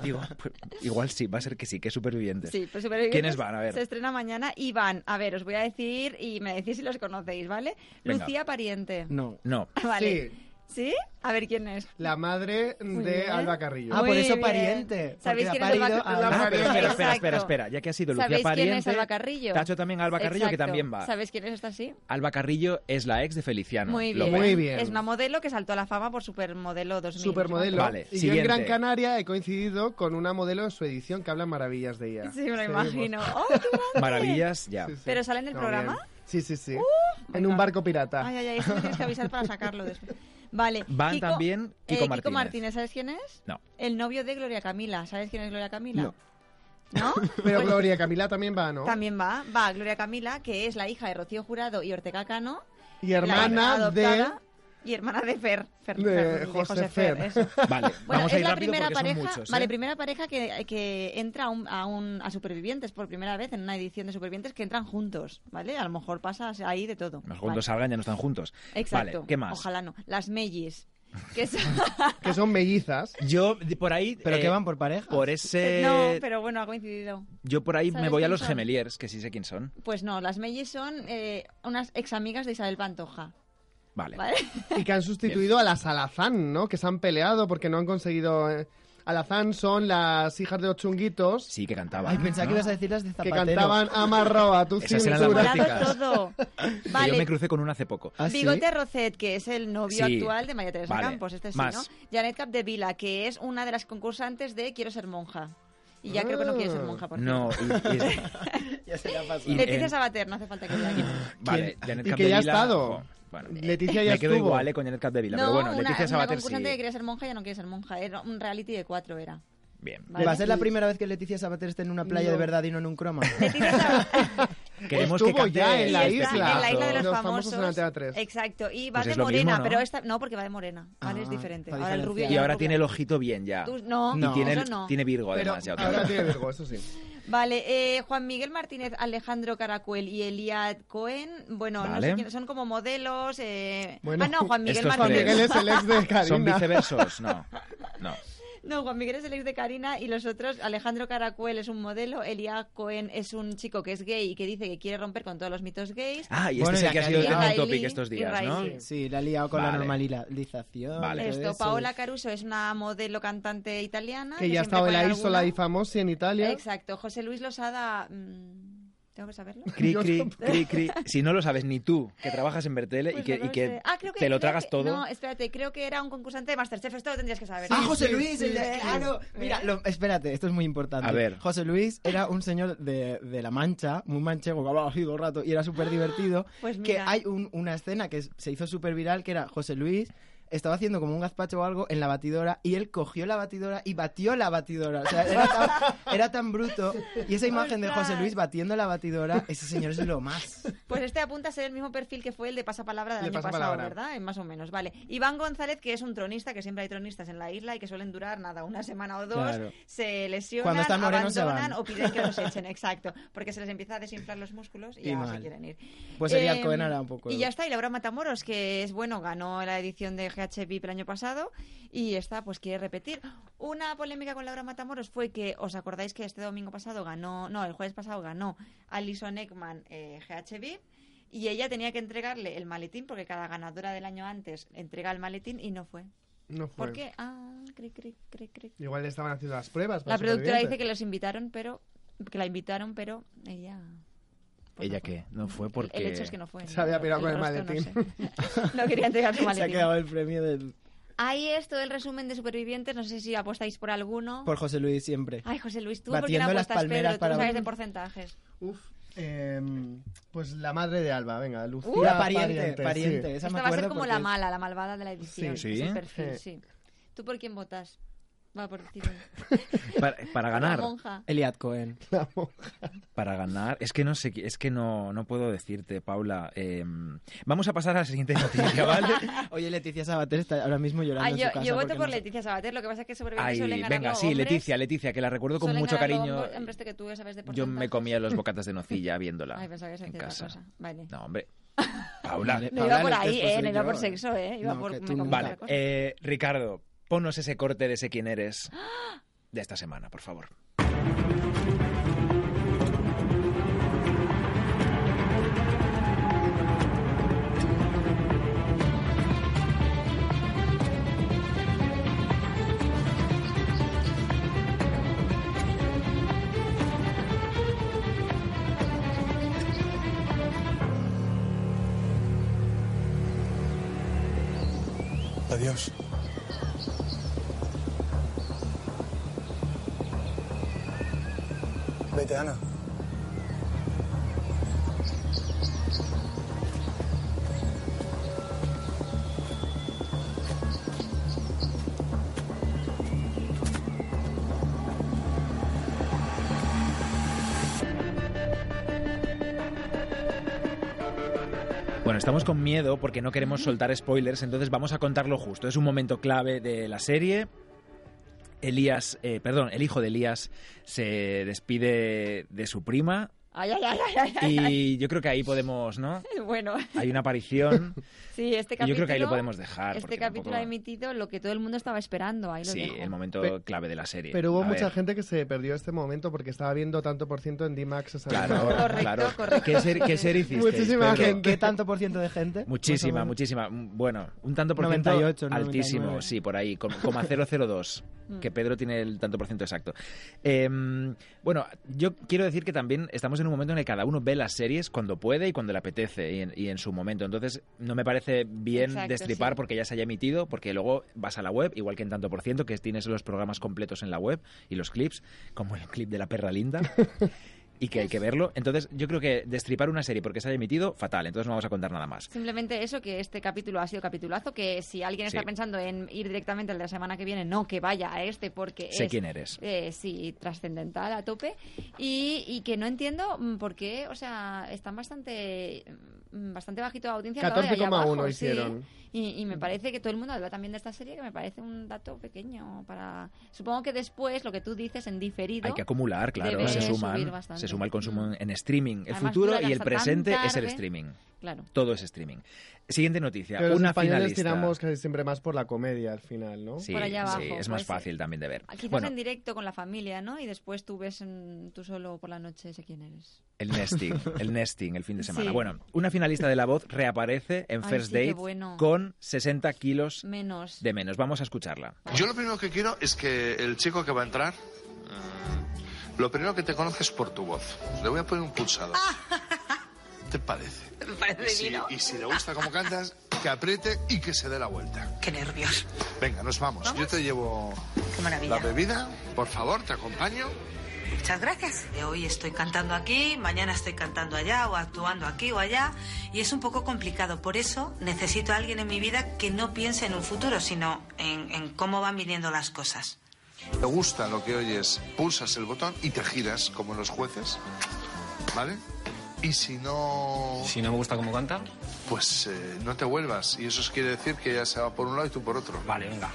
[SPEAKER 2] Digo, "Pues, igual sí, va a ser que sí, que es supervivientes.
[SPEAKER 4] Sí, pues Supervivientes
[SPEAKER 2] ¿Quiénes van? A ver.
[SPEAKER 4] Se estrena mañana y van. A ver, os voy a decir y me decís si los conocéis, ¿vale?
[SPEAKER 2] Venga.
[SPEAKER 4] Lucía Pariente.
[SPEAKER 3] No.
[SPEAKER 2] No,
[SPEAKER 4] [LAUGHS] Vale.
[SPEAKER 10] Sí,
[SPEAKER 4] ¿Sí? A ver quién es.
[SPEAKER 10] la madre
[SPEAKER 4] Muy
[SPEAKER 10] de
[SPEAKER 4] bien.
[SPEAKER 10] Alba Carrillo.
[SPEAKER 3] Ah, por
[SPEAKER 4] Muy
[SPEAKER 3] eso
[SPEAKER 4] bien.
[SPEAKER 3] pariente,
[SPEAKER 4] ¿Sabéis
[SPEAKER 3] porque
[SPEAKER 4] quién es
[SPEAKER 3] ha
[SPEAKER 4] Alba
[SPEAKER 3] parido a
[SPEAKER 10] Alba
[SPEAKER 4] Exacto.
[SPEAKER 2] Ah, pero espera, espera, espera,
[SPEAKER 4] Exacto.
[SPEAKER 2] espera. Ya que ha sido Lucía
[SPEAKER 4] ¿Sabéis quién es
[SPEAKER 2] Pariente.
[SPEAKER 4] Alba Carrillo?
[SPEAKER 2] Tacho también a Alba Carrillo, que
[SPEAKER 4] Exacto.
[SPEAKER 2] también va.
[SPEAKER 4] ¿Sabéis quién es esta sí?
[SPEAKER 2] Alba Carrillo es la ex de Feliciano.
[SPEAKER 4] Muy
[SPEAKER 2] Lo
[SPEAKER 4] bien.
[SPEAKER 2] bueno.
[SPEAKER 10] Muy bien.
[SPEAKER 4] Es una modelo que saltó a la fama por Supermodelo 2000.
[SPEAKER 10] Supermodelo.
[SPEAKER 2] Vale,
[SPEAKER 10] y
[SPEAKER 2] siguiente.
[SPEAKER 10] yo en Gran Canaria he coincidido con una modelo en su edición que habla maravillas de ella.
[SPEAKER 4] [LAUGHS] Sí, me lo
[SPEAKER 10] Seguimos.
[SPEAKER 4] imagino. ¡Oh, qué grande!
[SPEAKER 2] Maravillas, ya.
[SPEAKER 10] Sí, sí.
[SPEAKER 4] ¿Pero sale en el programa? Uh,
[SPEAKER 10] bien. Sí, sí, sí. en
[SPEAKER 4] venga.
[SPEAKER 10] un barco pirata.
[SPEAKER 4] Ay, ay, ay, eso me tienes que avisar para sacarlo después. Vale.
[SPEAKER 2] Van
[SPEAKER 4] Kiko-
[SPEAKER 2] también
[SPEAKER 4] eh,
[SPEAKER 2] Kiko Martínez.
[SPEAKER 4] ¿sabes quién es?
[SPEAKER 2] No.
[SPEAKER 4] El novio de Gloria Camila. ¿Sabes quién es Gloria Camila?
[SPEAKER 3] No.
[SPEAKER 4] ¿No?
[SPEAKER 10] [LAUGHS] Pero
[SPEAKER 4] Pues
[SPEAKER 10] Gloria Camila también va, ¿no?
[SPEAKER 4] También va. Va Gloria Camila, que es la hija de Rocío Jurado y Ortega Cano.
[SPEAKER 10] Y
[SPEAKER 4] la hija
[SPEAKER 10] hermana de...
[SPEAKER 4] adoptada Y hermana de Fer. Fer-
[SPEAKER 10] De
[SPEAKER 4] Fer-
[SPEAKER 10] José Fer.
[SPEAKER 4] eso.
[SPEAKER 2] Vale,
[SPEAKER 4] Bueno,
[SPEAKER 2] vamos a
[SPEAKER 4] es
[SPEAKER 2] ir
[SPEAKER 4] la
[SPEAKER 2] rápido
[SPEAKER 4] primera
[SPEAKER 2] porque
[SPEAKER 4] pareja,
[SPEAKER 2] son muchos. ¿eh?
[SPEAKER 4] vale, primera pareja que, que entra a, un, a, un- a Supervivientes por primera vez en una edición de Supervivientes que entran juntos, ¿vale? A lo mejor pasa ahí de todo.
[SPEAKER 2] Los juntos
[SPEAKER 4] Vale.
[SPEAKER 2] salgan, ya no están juntos.
[SPEAKER 4] Exacto.
[SPEAKER 2] Vale, ¿qué más?
[SPEAKER 4] Ojalá no. Las mellis.
[SPEAKER 2] [LAUGHS]
[SPEAKER 4] Que son-
[SPEAKER 10] que son mellizas.
[SPEAKER 2] Yo de- por ahí.
[SPEAKER 3] ¿Pero
[SPEAKER 2] eh,
[SPEAKER 3] que van por pareja?
[SPEAKER 2] Por ese.
[SPEAKER 4] [LAUGHS] Eh, No, pero bueno, ha coincidido.
[SPEAKER 2] Yo por ahí me
[SPEAKER 4] ¿Sabes
[SPEAKER 2] voy a
[SPEAKER 4] quién
[SPEAKER 2] los
[SPEAKER 4] son?
[SPEAKER 2] gemeliers, que sí sé quién son.
[SPEAKER 4] Pues no, las mellis son eh, unas ex amigas de Isabel Pantoja,
[SPEAKER 2] Vale.
[SPEAKER 4] ¿vale? [LAUGHS]
[SPEAKER 10] Y que han sustituido a las Alazán, ¿no? Que se han peleado porque no han conseguido... eh, Alazán son las hijas de los chunguitos
[SPEAKER 2] Sí, que cantaba.
[SPEAKER 3] Ay, pensaba que
[SPEAKER 2] ¿no?
[SPEAKER 3] ibas a decir las de
[SPEAKER 10] que
[SPEAKER 3] Zapatero.
[SPEAKER 10] cantaban Amarrado a tu
[SPEAKER 2] Esas eran las
[SPEAKER 10] cintura.
[SPEAKER 2] más-
[SPEAKER 4] Claro, todo.
[SPEAKER 2] Que [LAUGHS]
[SPEAKER 4] Vale.
[SPEAKER 2] Yo me crucé con una hace poco.
[SPEAKER 3] ¿Ah, sí?
[SPEAKER 4] Bigote Rocet, que es el novio
[SPEAKER 2] Sí.
[SPEAKER 4] actual de María Teresa
[SPEAKER 2] Vale.
[SPEAKER 4] Campos, este sí,
[SPEAKER 2] Más.
[SPEAKER 4] ¿no? Janet Capdevila, que es una de las concursantes de Quiero ser monja. Y ya creo que no quiere ser monja, por
[SPEAKER 2] Ah, No,
[SPEAKER 4] cierto.
[SPEAKER 2] y- y-
[SPEAKER 3] Ya se le ha
[SPEAKER 4] [LAUGHS]
[SPEAKER 3] pasado.
[SPEAKER 2] y-
[SPEAKER 4] Leticia
[SPEAKER 2] en-
[SPEAKER 4] Sabater, no hace falta que diga
[SPEAKER 2] [LAUGHS]
[SPEAKER 4] quién.
[SPEAKER 2] vale, Janet
[SPEAKER 10] Y que
[SPEAKER 2] Capdevila,
[SPEAKER 10] ya ha estado.
[SPEAKER 2] jo, bueno,
[SPEAKER 10] Leticia ya
[SPEAKER 2] me quedo
[SPEAKER 10] estuvo.
[SPEAKER 2] igual eh, con Janet Capdevila, pero bueno,
[SPEAKER 4] una,
[SPEAKER 2] Leticia
[SPEAKER 4] una
[SPEAKER 2] Sabater sí.
[SPEAKER 4] concursante que quería ser monja ya no quiere ser monja. Era un reality de cuatro, era.
[SPEAKER 2] Bien.
[SPEAKER 4] Vale.
[SPEAKER 3] ¿Va a ser la primera vez que Leticia Sabater esté en una playa de verdad y no en un croma?
[SPEAKER 4] Leticia Sabater.
[SPEAKER 2] Queremos
[SPEAKER 10] Estuvo
[SPEAKER 2] que cante
[SPEAKER 10] ya en la
[SPEAKER 2] este
[SPEAKER 4] está
[SPEAKER 10] isla.
[SPEAKER 4] en la isla de los,
[SPEAKER 10] Los famosos
[SPEAKER 4] famosos.
[SPEAKER 10] en Antena 3.
[SPEAKER 4] Exacto. Y va
[SPEAKER 2] Pues
[SPEAKER 4] de
[SPEAKER 2] es lo
[SPEAKER 4] morena,
[SPEAKER 2] mismo, ¿no?
[SPEAKER 4] pero esta. No, porque va de morena. Vale, es
[SPEAKER 3] Ah,
[SPEAKER 4] diferente.
[SPEAKER 3] para
[SPEAKER 4] Ahora el rubio
[SPEAKER 3] diferenciar.
[SPEAKER 4] ya
[SPEAKER 2] Y ahora
[SPEAKER 4] no
[SPEAKER 2] tiene el
[SPEAKER 4] rubio.
[SPEAKER 2] ojito bien ya.
[SPEAKER 4] Tú- no.
[SPEAKER 2] Y tiene,
[SPEAKER 4] eso
[SPEAKER 2] el-
[SPEAKER 4] no.
[SPEAKER 2] tiene Virgo,
[SPEAKER 10] Pero
[SPEAKER 2] además, ya otra
[SPEAKER 10] ahora
[SPEAKER 2] vez.
[SPEAKER 10] tiene
[SPEAKER 3] [LAUGHS]
[SPEAKER 10] Virgo, eso sí.
[SPEAKER 4] Vale, eh, Juan Miguel Martínez, Alejandro Caracuel y Eliad Cohen, bueno, no
[SPEAKER 2] Vale.
[SPEAKER 4] sé quiénes son como modelos. Eh...
[SPEAKER 10] Bueno,
[SPEAKER 4] ah, no, Juan Miguel
[SPEAKER 2] estos
[SPEAKER 4] Martínez.
[SPEAKER 2] tres.
[SPEAKER 10] Juan Miguel es el ex de Karina.
[SPEAKER 2] Son viceversos, no. No.
[SPEAKER 4] [LAUGHS] No, Juan Miguel es el ex de Karina y los otros, Alejandro Caracuel es un modelo, Elia Cohen es un chico que es gay y que dice que quiere romper con todos los mitos gays.
[SPEAKER 2] Ah, y este es el que ha sido el trending topic estos días, ¿no?
[SPEAKER 4] [LAUGHS]
[SPEAKER 3] Sí, la ha liado con la
[SPEAKER 2] Vale.
[SPEAKER 3] normalización.
[SPEAKER 2] Vale.
[SPEAKER 3] todo
[SPEAKER 4] Esto,
[SPEAKER 3] eso.
[SPEAKER 4] Paola Caruso es una modelo cantante italiana.
[SPEAKER 10] Que ya ha
[SPEAKER 4] siempre
[SPEAKER 10] estado en la
[SPEAKER 4] ponen
[SPEAKER 10] Isola
[SPEAKER 4] alguna-
[SPEAKER 10] y Famosi en Italia.
[SPEAKER 4] Exacto, José Luis Losada... mm, ¿Tengo
[SPEAKER 2] [LAUGHS]
[SPEAKER 4] que saberlo?
[SPEAKER 2] Cri, cri, cri, cri. Si no lo sabes ni tú, que trabajas en Bertele
[SPEAKER 4] Pues
[SPEAKER 2] y que,
[SPEAKER 4] no
[SPEAKER 2] y
[SPEAKER 4] lo
[SPEAKER 2] que
[SPEAKER 4] sé. Ah, creo que-
[SPEAKER 2] te lo
[SPEAKER 4] creo
[SPEAKER 2] tragas
[SPEAKER 4] que-
[SPEAKER 2] todo.
[SPEAKER 4] No, espérate, creo que era un concursante de Masterchef, esto lo tendrías que saber.
[SPEAKER 3] Ah, José
[SPEAKER 10] sí,
[SPEAKER 3] Luis,
[SPEAKER 10] sí,
[SPEAKER 3] el de-
[SPEAKER 10] sí.
[SPEAKER 3] ah, no,
[SPEAKER 4] Eh,
[SPEAKER 3] Mira, lo- espérate, esto es muy importante.
[SPEAKER 2] A ver.
[SPEAKER 3] José Luis era un señor de, de La Mancha, muy manchego, que hablaba así todo el rato y era súper divertido.
[SPEAKER 4] [GASPS] Pues
[SPEAKER 3] que
[SPEAKER 4] mira,
[SPEAKER 3] hay un- una escena que es- se hizo súper viral, que era José Luis estaba haciendo como un gazpacho o algo en la batidora y él cogió la batidora y batió la batidora. O sea, era
[SPEAKER 4] [LAUGHS]
[SPEAKER 3] tan, era tan bruto. Y esa imagen de José Luis batiendo la batidora, ese señor es lo más.
[SPEAKER 4] pues este apunta a ser el mismo perfil que fue el de Pasapalabra del
[SPEAKER 10] De
[SPEAKER 4] año
[SPEAKER 10] Pasapalabra.
[SPEAKER 4] pasado, ¿verdad? Eh, Más o menos, vale. Iván González, que es un tronista, que siempre hay tronistas en la isla y que suelen durar, nada, una semana o dos,
[SPEAKER 3] Claro.
[SPEAKER 4] se lesionan,
[SPEAKER 3] Cuando están morenos se
[SPEAKER 4] abandonan
[SPEAKER 3] van.
[SPEAKER 4] o piden que los
[SPEAKER 3] [LAUGHS]
[SPEAKER 4] echen, exacto, porque se les empieza a desinflar los músculos y,
[SPEAKER 3] Y
[SPEAKER 4] ya se
[SPEAKER 3] mal.
[SPEAKER 4] quieren ir.
[SPEAKER 3] Pues el
[SPEAKER 4] Eh,
[SPEAKER 3] Cohen era un poco...
[SPEAKER 4] Y ya está, y Laura Matamoros, que es bueno, ganó la edición de GH VIP el año pasado y está, pues quiere repetir. Una polémica con Laura Matamoros fue que, ¿os acordáis que este domingo pasado ganó, no, el jueves pasado ganó Alison Ekman eh, GH VIP? Y ella tenía que entregarle el maletín porque cada ganadora del año antes entrega el maletín y no fue.
[SPEAKER 10] No fue.
[SPEAKER 3] Pues
[SPEAKER 4] ¿Por qué? Ah, cri, cri, cri, cri.
[SPEAKER 10] Igual le estaban haciendo las pruebas. para
[SPEAKER 4] La productora
[SPEAKER 10] supervivientes.
[SPEAKER 4] dice que los invitaron, pero que la invitaron, pero ella. pues no
[SPEAKER 2] ¿Ella
[SPEAKER 4] fue.
[SPEAKER 2] qué? No fue porque...
[SPEAKER 4] El hecho es que no fue.
[SPEAKER 10] Se
[SPEAKER 4] ¿no?
[SPEAKER 10] había pirado
[SPEAKER 4] El
[SPEAKER 10] con el
[SPEAKER 4] resto
[SPEAKER 10] maletín.
[SPEAKER 4] No, sé. No quería entregar su
[SPEAKER 3] [LAUGHS] Se ha
[SPEAKER 4] maletín.
[SPEAKER 3] quedado el premio del...
[SPEAKER 4] Ahí es todo el resumen de Supervivientes. No sé si apostáis por alguno.
[SPEAKER 3] por José Luis siempre.
[SPEAKER 4] Ay, José Luis, tú, ¿por qué no
[SPEAKER 3] Batiendo las
[SPEAKER 4] apuestas,
[SPEAKER 3] palmeras
[SPEAKER 4] Pedro?
[SPEAKER 3] para-
[SPEAKER 4] Tú sabes de porcentajes.
[SPEAKER 10] Uf, em, pues la madre de Alba, venga, Lucía.
[SPEAKER 3] La pariente,
[SPEAKER 10] sí.
[SPEAKER 3] pariente. Esa me
[SPEAKER 4] Esta va a ser
[SPEAKER 3] acuerdo
[SPEAKER 4] como
[SPEAKER 3] porque
[SPEAKER 4] la
[SPEAKER 3] es-
[SPEAKER 4] mala, la malvada de la edición.
[SPEAKER 2] Sí. ¿Sí?
[SPEAKER 4] Ese perfil,
[SPEAKER 10] Sí.
[SPEAKER 4] sí. ¿Tú por quién votas? Va por ti. ¿no?
[SPEAKER 2] Para, para
[SPEAKER 4] [LAUGHS]
[SPEAKER 2] ganar,
[SPEAKER 4] La monja.
[SPEAKER 3] Eliad Cohen.
[SPEAKER 10] La monja.
[SPEAKER 2] para ganar. Es que no sé, qui- es que no, no puedo decirte, Paula. Eh, vamos a pasar a la siguiente noticia,
[SPEAKER 4] [LAUGHS]
[SPEAKER 2] ¿vale?
[SPEAKER 3] Oye, Leticia Sabater está ahora mismo llorando
[SPEAKER 4] Ah,
[SPEAKER 3] en
[SPEAKER 4] yo,
[SPEAKER 3] su casa.
[SPEAKER 4] yo voto
[SPEAKER 3] porque
[SPEAKER 4] por
[SPEAKER 3] no-
[SPEAKER 4] Leticia Sabater. Lo que pasa es que Supervivientes
[SPEAKER 2] Ay,
[SPEAKER 4] suelen ganarlo
[SPEAKER 2] venga, sí,
[SPEAKER 4] hombres,
[SPEAKER 2] Leticia, Leticia, que la recuerdo con
[SPEAKER 4] suelen
[SPEAKER 2] mucho
[SPEAKER 4] ganarlo
[SPEAKER 2] cariño.
[SPEAKER 4] hombres, hombres que tú ya sabes de
[SPEAKER 2] Yo me
[SPEAKER 4] porcentajes.
[SPEAKER 2] comía los bocatas de
[SPEAKER 4] [LAUGHS]
[SPEAKER 2] nocilla viéndola
[SPEAKER 4] Ay, pensaba que se
[SPEAKER 2] en
[SPEAKER 4] hacía otra
[SPEAKER 2] casa.
[SPEAKER 4] cosa. Vale.
[SPEAKER 2] No,
[SPEAKER 4] [LAUGHS]
[SPEAKER 2] hombre. Paula.
[SPEAKER 3] Vale.
[SPEAKER 4] No iba por
[SPEAKER 3] Hablar es
[SPEAKER 4] ahí,
[SPEAKER 3] que
[SPEAKER 4] eh,
[SPEAKER 3] soy
[SPEAKER 4] no iba
[SPEAKER 3] yo,
[SPEAKER 4] por
[SPEAKER 3] eh.
[SPEAKER 4] sexo, eh, iba
[SPEAKER 3] No,
[SPEAKER 4] por
[SPEAKER 3] que
[SPEAKER 4] me
[SPEAKER 3] tú
[SPEAKER 4] comí
[SPEAKER 3] nunca.
[SPEAKER 2] Vale,
[SPEAKER 4] otra cosa.
[SPEAKER 2] eh, Ricardo, ponnos ese corte de Sé quién eres de esta semana, por favor.
[SPEAKER 12] Adiós. Vete, Ana.
[SPEAKER 2] Bueno, estamos con miedo porque no queremos soltar spoilers, entonces vamos a contarlo justo. Es un momento clave de la serie. Elías, eh, perdón, el hijo de Elías se despide de su
[SPEAKER 4] [LAUGHS]
[SPEAKER 2] prima
[SPEAKER 4] Ay, ay, ay, ay, ay, ay.
[SPEAKER 2] y yo creo que ahí podemos, ¿no? [LAUGHS]
[SPEAKER 4] Bueno,
[SPEAKER 2] Hay una aparición
[SPEAKER 4] sí, este
[SPEAKER 2] y
[SPEAKER 4] capítulo.
[SPEAKER 2] yo creo que ahí lo podemos dejar.
[SPEAKER 4] Este
[SPEAKER 2] porque
[SPEAKER 4] capítulo
[SPEAKER 2] tampoco-
[SPEAKER 4] ha emitido lo que todo el mundo estaba esperando. Ahí lo
[SPEAKER 2] Sí,
[SPEAKER 4] dejo.
[SPEAKER 2] el
[SPEAKER 10] Pe-
[SPEAKER 2] momento clave de la serie.
[SPEAKER 10] Pero hubo
[SPEAKER 2] A
[SPEAKER 10] mucha
[SPEAKER 2] ver.
[SPEAKER 10] gente que se perdió este momento porque estaba viendo tanto por ciento en D-Max. esa misma [LAUGHS]
[SPEAKER 2] Claro,
[SPEAKER 10] hora.
[SPEAKER 4] Correcto,
[SPEAKER 2] claro.
[SPEAKER 4] correcto.
[SPEAKER 2] ¿Qué ser, qué ser hicisteis,
[SPEAKER 10] Muchísima
[SPEAKER 2] Pedro?
[SPEAKER 10] gente.
[SPEAKER 3] ¿Qué tanto por ciento de gente?
[SPEAKER 2] Muchísima,
[SPEAKER 3] ¿eh? Más o menos.
[SPEAKER 2] muchísima. Mm, Bueno, un tanto por ciento
[SPEAKER 3] 98, 99.
[SPEAKER 2] altísimo, sí, por ahí, com- coma
[SPEAKER 3] [LAUGHS]
[SPEAKER 2] 002,
[SPEAKER 3] Mm.
[SPEAKER 2] que Pedro tiene el tanto por ciento exacto. Em, bueno, yo quiero decir que también estamos en un momento en el que cada uno ve las series cuando puede y cuando le apetece y en, y en su momento. Entonces, no me parece bien
[SPEAKER 4] Exacto,
[SPEAKER 2] destripar
[SPEAKER 4] sí.
[SPEAKER 2] porque ya se haya emitido, porque luego vas a la web, igual que en tanto por ciento, que tienes los programas completos en la web y los clips, como el clip de la perra
[SPEAKER 3] [LAUGHS]
[SPEAKER 2] linda. Y que hay que verlo. Entonces, yo creo que destripar una serie porque se haya emitido, fatal. Entonces, no vamos a contar nada más.
[SPEAKER 4] Simplemente eso, que este capítulo ha sido capitulazo, que si alguien está
[SPEAKER 2] Sí.
[SPEAKER 4] pensando en ir directamente al de la semana que viene, no, que vaya a este porque
[SPEAKER 2] Sé
[SPEAKER 4] es...
[SPEAKER 2] quién eres.
[SPEAKER 4] eh, sí, trascendental a tope. Y, y que no entiendo mm, por qué, o sea, están bastante mm, bastante bajito de audiencia. lo de allá
[SPEAKER 10] 14,1
[SPEAKER 4] abajo, sí.
[SPEAKER 10] hicieron.
[SPEAKER 4] Y, y me parece que todo el mundo habla también de esta serie, que me parece un dato pequeño para... Supongo que después lo que tú dices en diferido...
[SPEAKER 2] Hay que acumular, claro.
[SPEAKER 4] Debe
[SPEAKER 2] Se
[SPEAKER 4] subir
[SPEAKER 2] suman,
[SPEAKER 4] bastante.
[SPEAKER 2] se suma el consumo
[SPEAKER 4] Mm.
[SPEAKER 2] en, en streaming. El
[SPEAKER 4] Además,
[SPEAKER 2] futuro
[SPEAKER 4] dura
[SPEAKER 2] y el
[SPEAKER 4] hasta tan
[SPEAKER 2] presente es el
[SPEAKER 4] tarde.
[SPEAKER 2] streaming.
[SPEAKER 4] Claro.
[SPEAKER 2] Todo es streaming. Siguiente noticia.
[SPEAKER 10] Pero los
[SPEAKER 2] una
[SPEAKER 10] españoles
[SPEAKER 2] finalista.
[SPEAKER 10] tiramos casi siempre más por la comedia al final, ¿no?
[SPEAKER 2] Sí,
[SPEAKER 4] Por allá abajo,
[SPEAKER 2] sí, es
[SPEAKER 4] puede
[SPEAKER 2] más
[SPEAKER 4] ser.
[SPEAKER 2] fácil también de ver.
[SPEAKER 4] Quizás
[SPEAKER 2] Bueno,
[SPEAKER 4] en directo con la familia, ¿no? Y después tú ves mm, tú solo por la noche, sé quién eres.
[SPEAKER 2] el nesting,
[SPEAKER 4] [LAUGHS]
[SPEAKER 2] el nesting el fin de semana.
[SPEAKER 4] Sí.
[SPEAKER 2] Bueno, una finalista de La Voz reaparece en
[SPEAKER 4] Ay,
[SPEAKER 2] First
[SPEAKER 4] sí, qué
[SPEAKER 2] Date
[SPEAKER 4] bueno.
[SPEAKER 2] con 60 kilos
[SPEAKER 4] Menos.
[SPEAKER 2] de menos. Vamos a escucharla.
[SPEAKER 13] Yo lo primero que quiero es que el chico que va a entrar, mm, lo primero que te conozca es por tu voz. Le voy a poner un
[SPEAKER 3] [LAUGHS]
[SPEAKER 13] pulsado. ¿Te parece?
[SPEAKER 9] Me parece
[SPEAKER 13] Y si,
[SPEAKER 9] divino.
[SPEAKER 13] y si le gusta cómo cantas, que apriete y que se dé la vuelta.
[SPEAKER 9] Qué nervios.
[SPEAKER 13] Venga, nos vamos. Yo te llevo
[SPEAKER 9] Qué maravilla.
[SPEAKER 13] la bebida. Por favor, te acompaño.
[SPEAKER 9] Muchas gracias. Eh, Hoy estoy cantando aquí, mañana estoy cantando allá o actuando aquí o allá y es un poco complicado. Por eso necesito a alguien en mi vida que no piense en un futuro, sino en, en cómo van viniendo las cosas.
[SPEAKER 13] Te gusta lo que oyes, pulsas el botón y te giras como los jueces. ¿Vale? Y si no...
[SPEAKER 14] Si no me gusta cómo canta,
[SPEAKER 13] Pues eh, no te vuelvas. Y eso quiere decir que ella se va por un lado y tú por otro.
[SPEAKER 14] Vale, venga.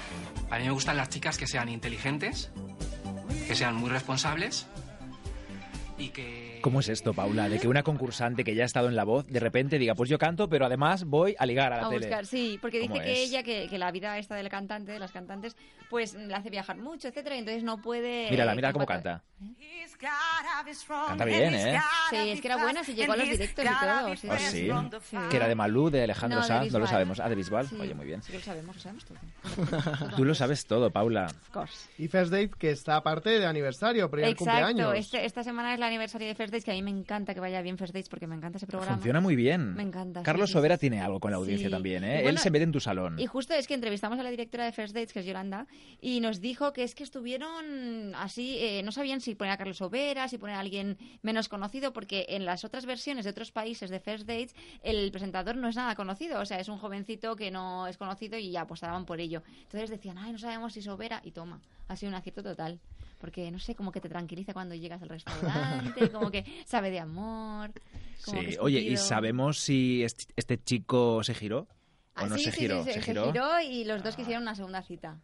[SPEAKER 14] a mí me gustan las chicas que sean inteligentes, que sean muy responsables y que...
[SPEAKER 2] ¿Cómo es esto, Paula? De que una concursante que ya ha estado en La Voz de repente diga, pues yo canto, pero además voy a ligar a la
[SPEAKER 4] A
[SPEAKER 2] tele.
[SPEAKER 4] buscar, sí, porque dice
[SPEAKER 2] ¿Cómo
[SPEAKER 4] que
[SPEAKER 2] es?
[SPEAKER 4] ella, que, que la vida esta del cantante, de las cantantes, pues mm, la hace viajar mucho, etcétera, y entonces no puede...
[SPEAKER 2] Mírala,
[SPEAKER 4] eh,
[SPEAKER 2] mírala cómo
[SPEAKER 4] compactar-
[SPEAKER 2] canta.
[SPEAKER 9] Canta
[SPEAKER 2] bien, ¿eh?
[SPEAKER 4] Sí, es que era buena, se llegó a los directos y todo. Sí,
[SPEAKER 2] Ah, sí.
[SPEAKER 4] Sí.
[SPEAKER 2] Que era de Malú, de Alejandro
[SPEAKER 4] No, de
[SPEAKER 2] Sanz, no lo
[SPEAKER 4] Bisbal.
[SPEAKER 2] sabemos. Ah, de Bisbal.
[SPEAKER 4] Sí,
[SPEAKER 2] Oye, muy bien.
[SPEAKER 4] Sí que lo sabemos, lo sabemos todo.
[SPEAKER 2] Tú lo sabes todo, Paula.
[SPEAKER 10] Y First Date que está aparte de aniversario, pero ya el
[SPEAKER 4] Exacto,
[SPEAKER 10] cumpleaños.
[SPEAKER 4] este- esta semana es el aniversario de First Dates, que a mí me encanta que vaya bien First Dates porque me encanta ese programa.
[SPEAKER 2] Funciona muy bien.
[SPEAKER 4] Me encanta, sí,
[SPEAKER 2] Carlos
[SPEAKER 4] sí,
[SPEAKER 2] Sobera tiene algo con la audiencia
[SPEAKER 4] Sí.
[SPEAKER 2] también, ¿eh?
[SPEAKER 4] Y bueno,
[SPEAKER 2] Él se mete en tu salón.
[SPEAKER 4] Y justo es que entrevistamos a la directora de First Dates, que es Yolanda, y nos dijo que es que estuvieron así, eh, no sabían si poner a Carlos Overa, si poner a alguien menos conocido, porque en las otras versiones de otros países de First Dates, el presentador no es nada conocido, o sea, es un jovencito que no es conocido y apostaban por ello. Entonces decían, ay, no sabemos si es Overa, y toma, ha sido un acierto total. Porque, no sé, como que te tranquiliza cuando llegas al restaurante, como que sabe de amor. como que
[SPEAKER 2] Sí.
[SPEAKER 4] es
[SPEAKER 2] Oye, ¿y
[SPEAKER 4] cupido.
[SPEAKER 2] sabemos si est- este chico se giró? ¿O
[SPEAKER 4] Ah,
[SPEAKER 2] no
[SPEAKER 4] sí,
[SPEAKER 2] se
[SPEAKER 4] sí,
[SPEAKER 2] giró? Ah. Uh,
[SPEAKER 4] sí, se, se giró? y los dos quisieron una segunda cita.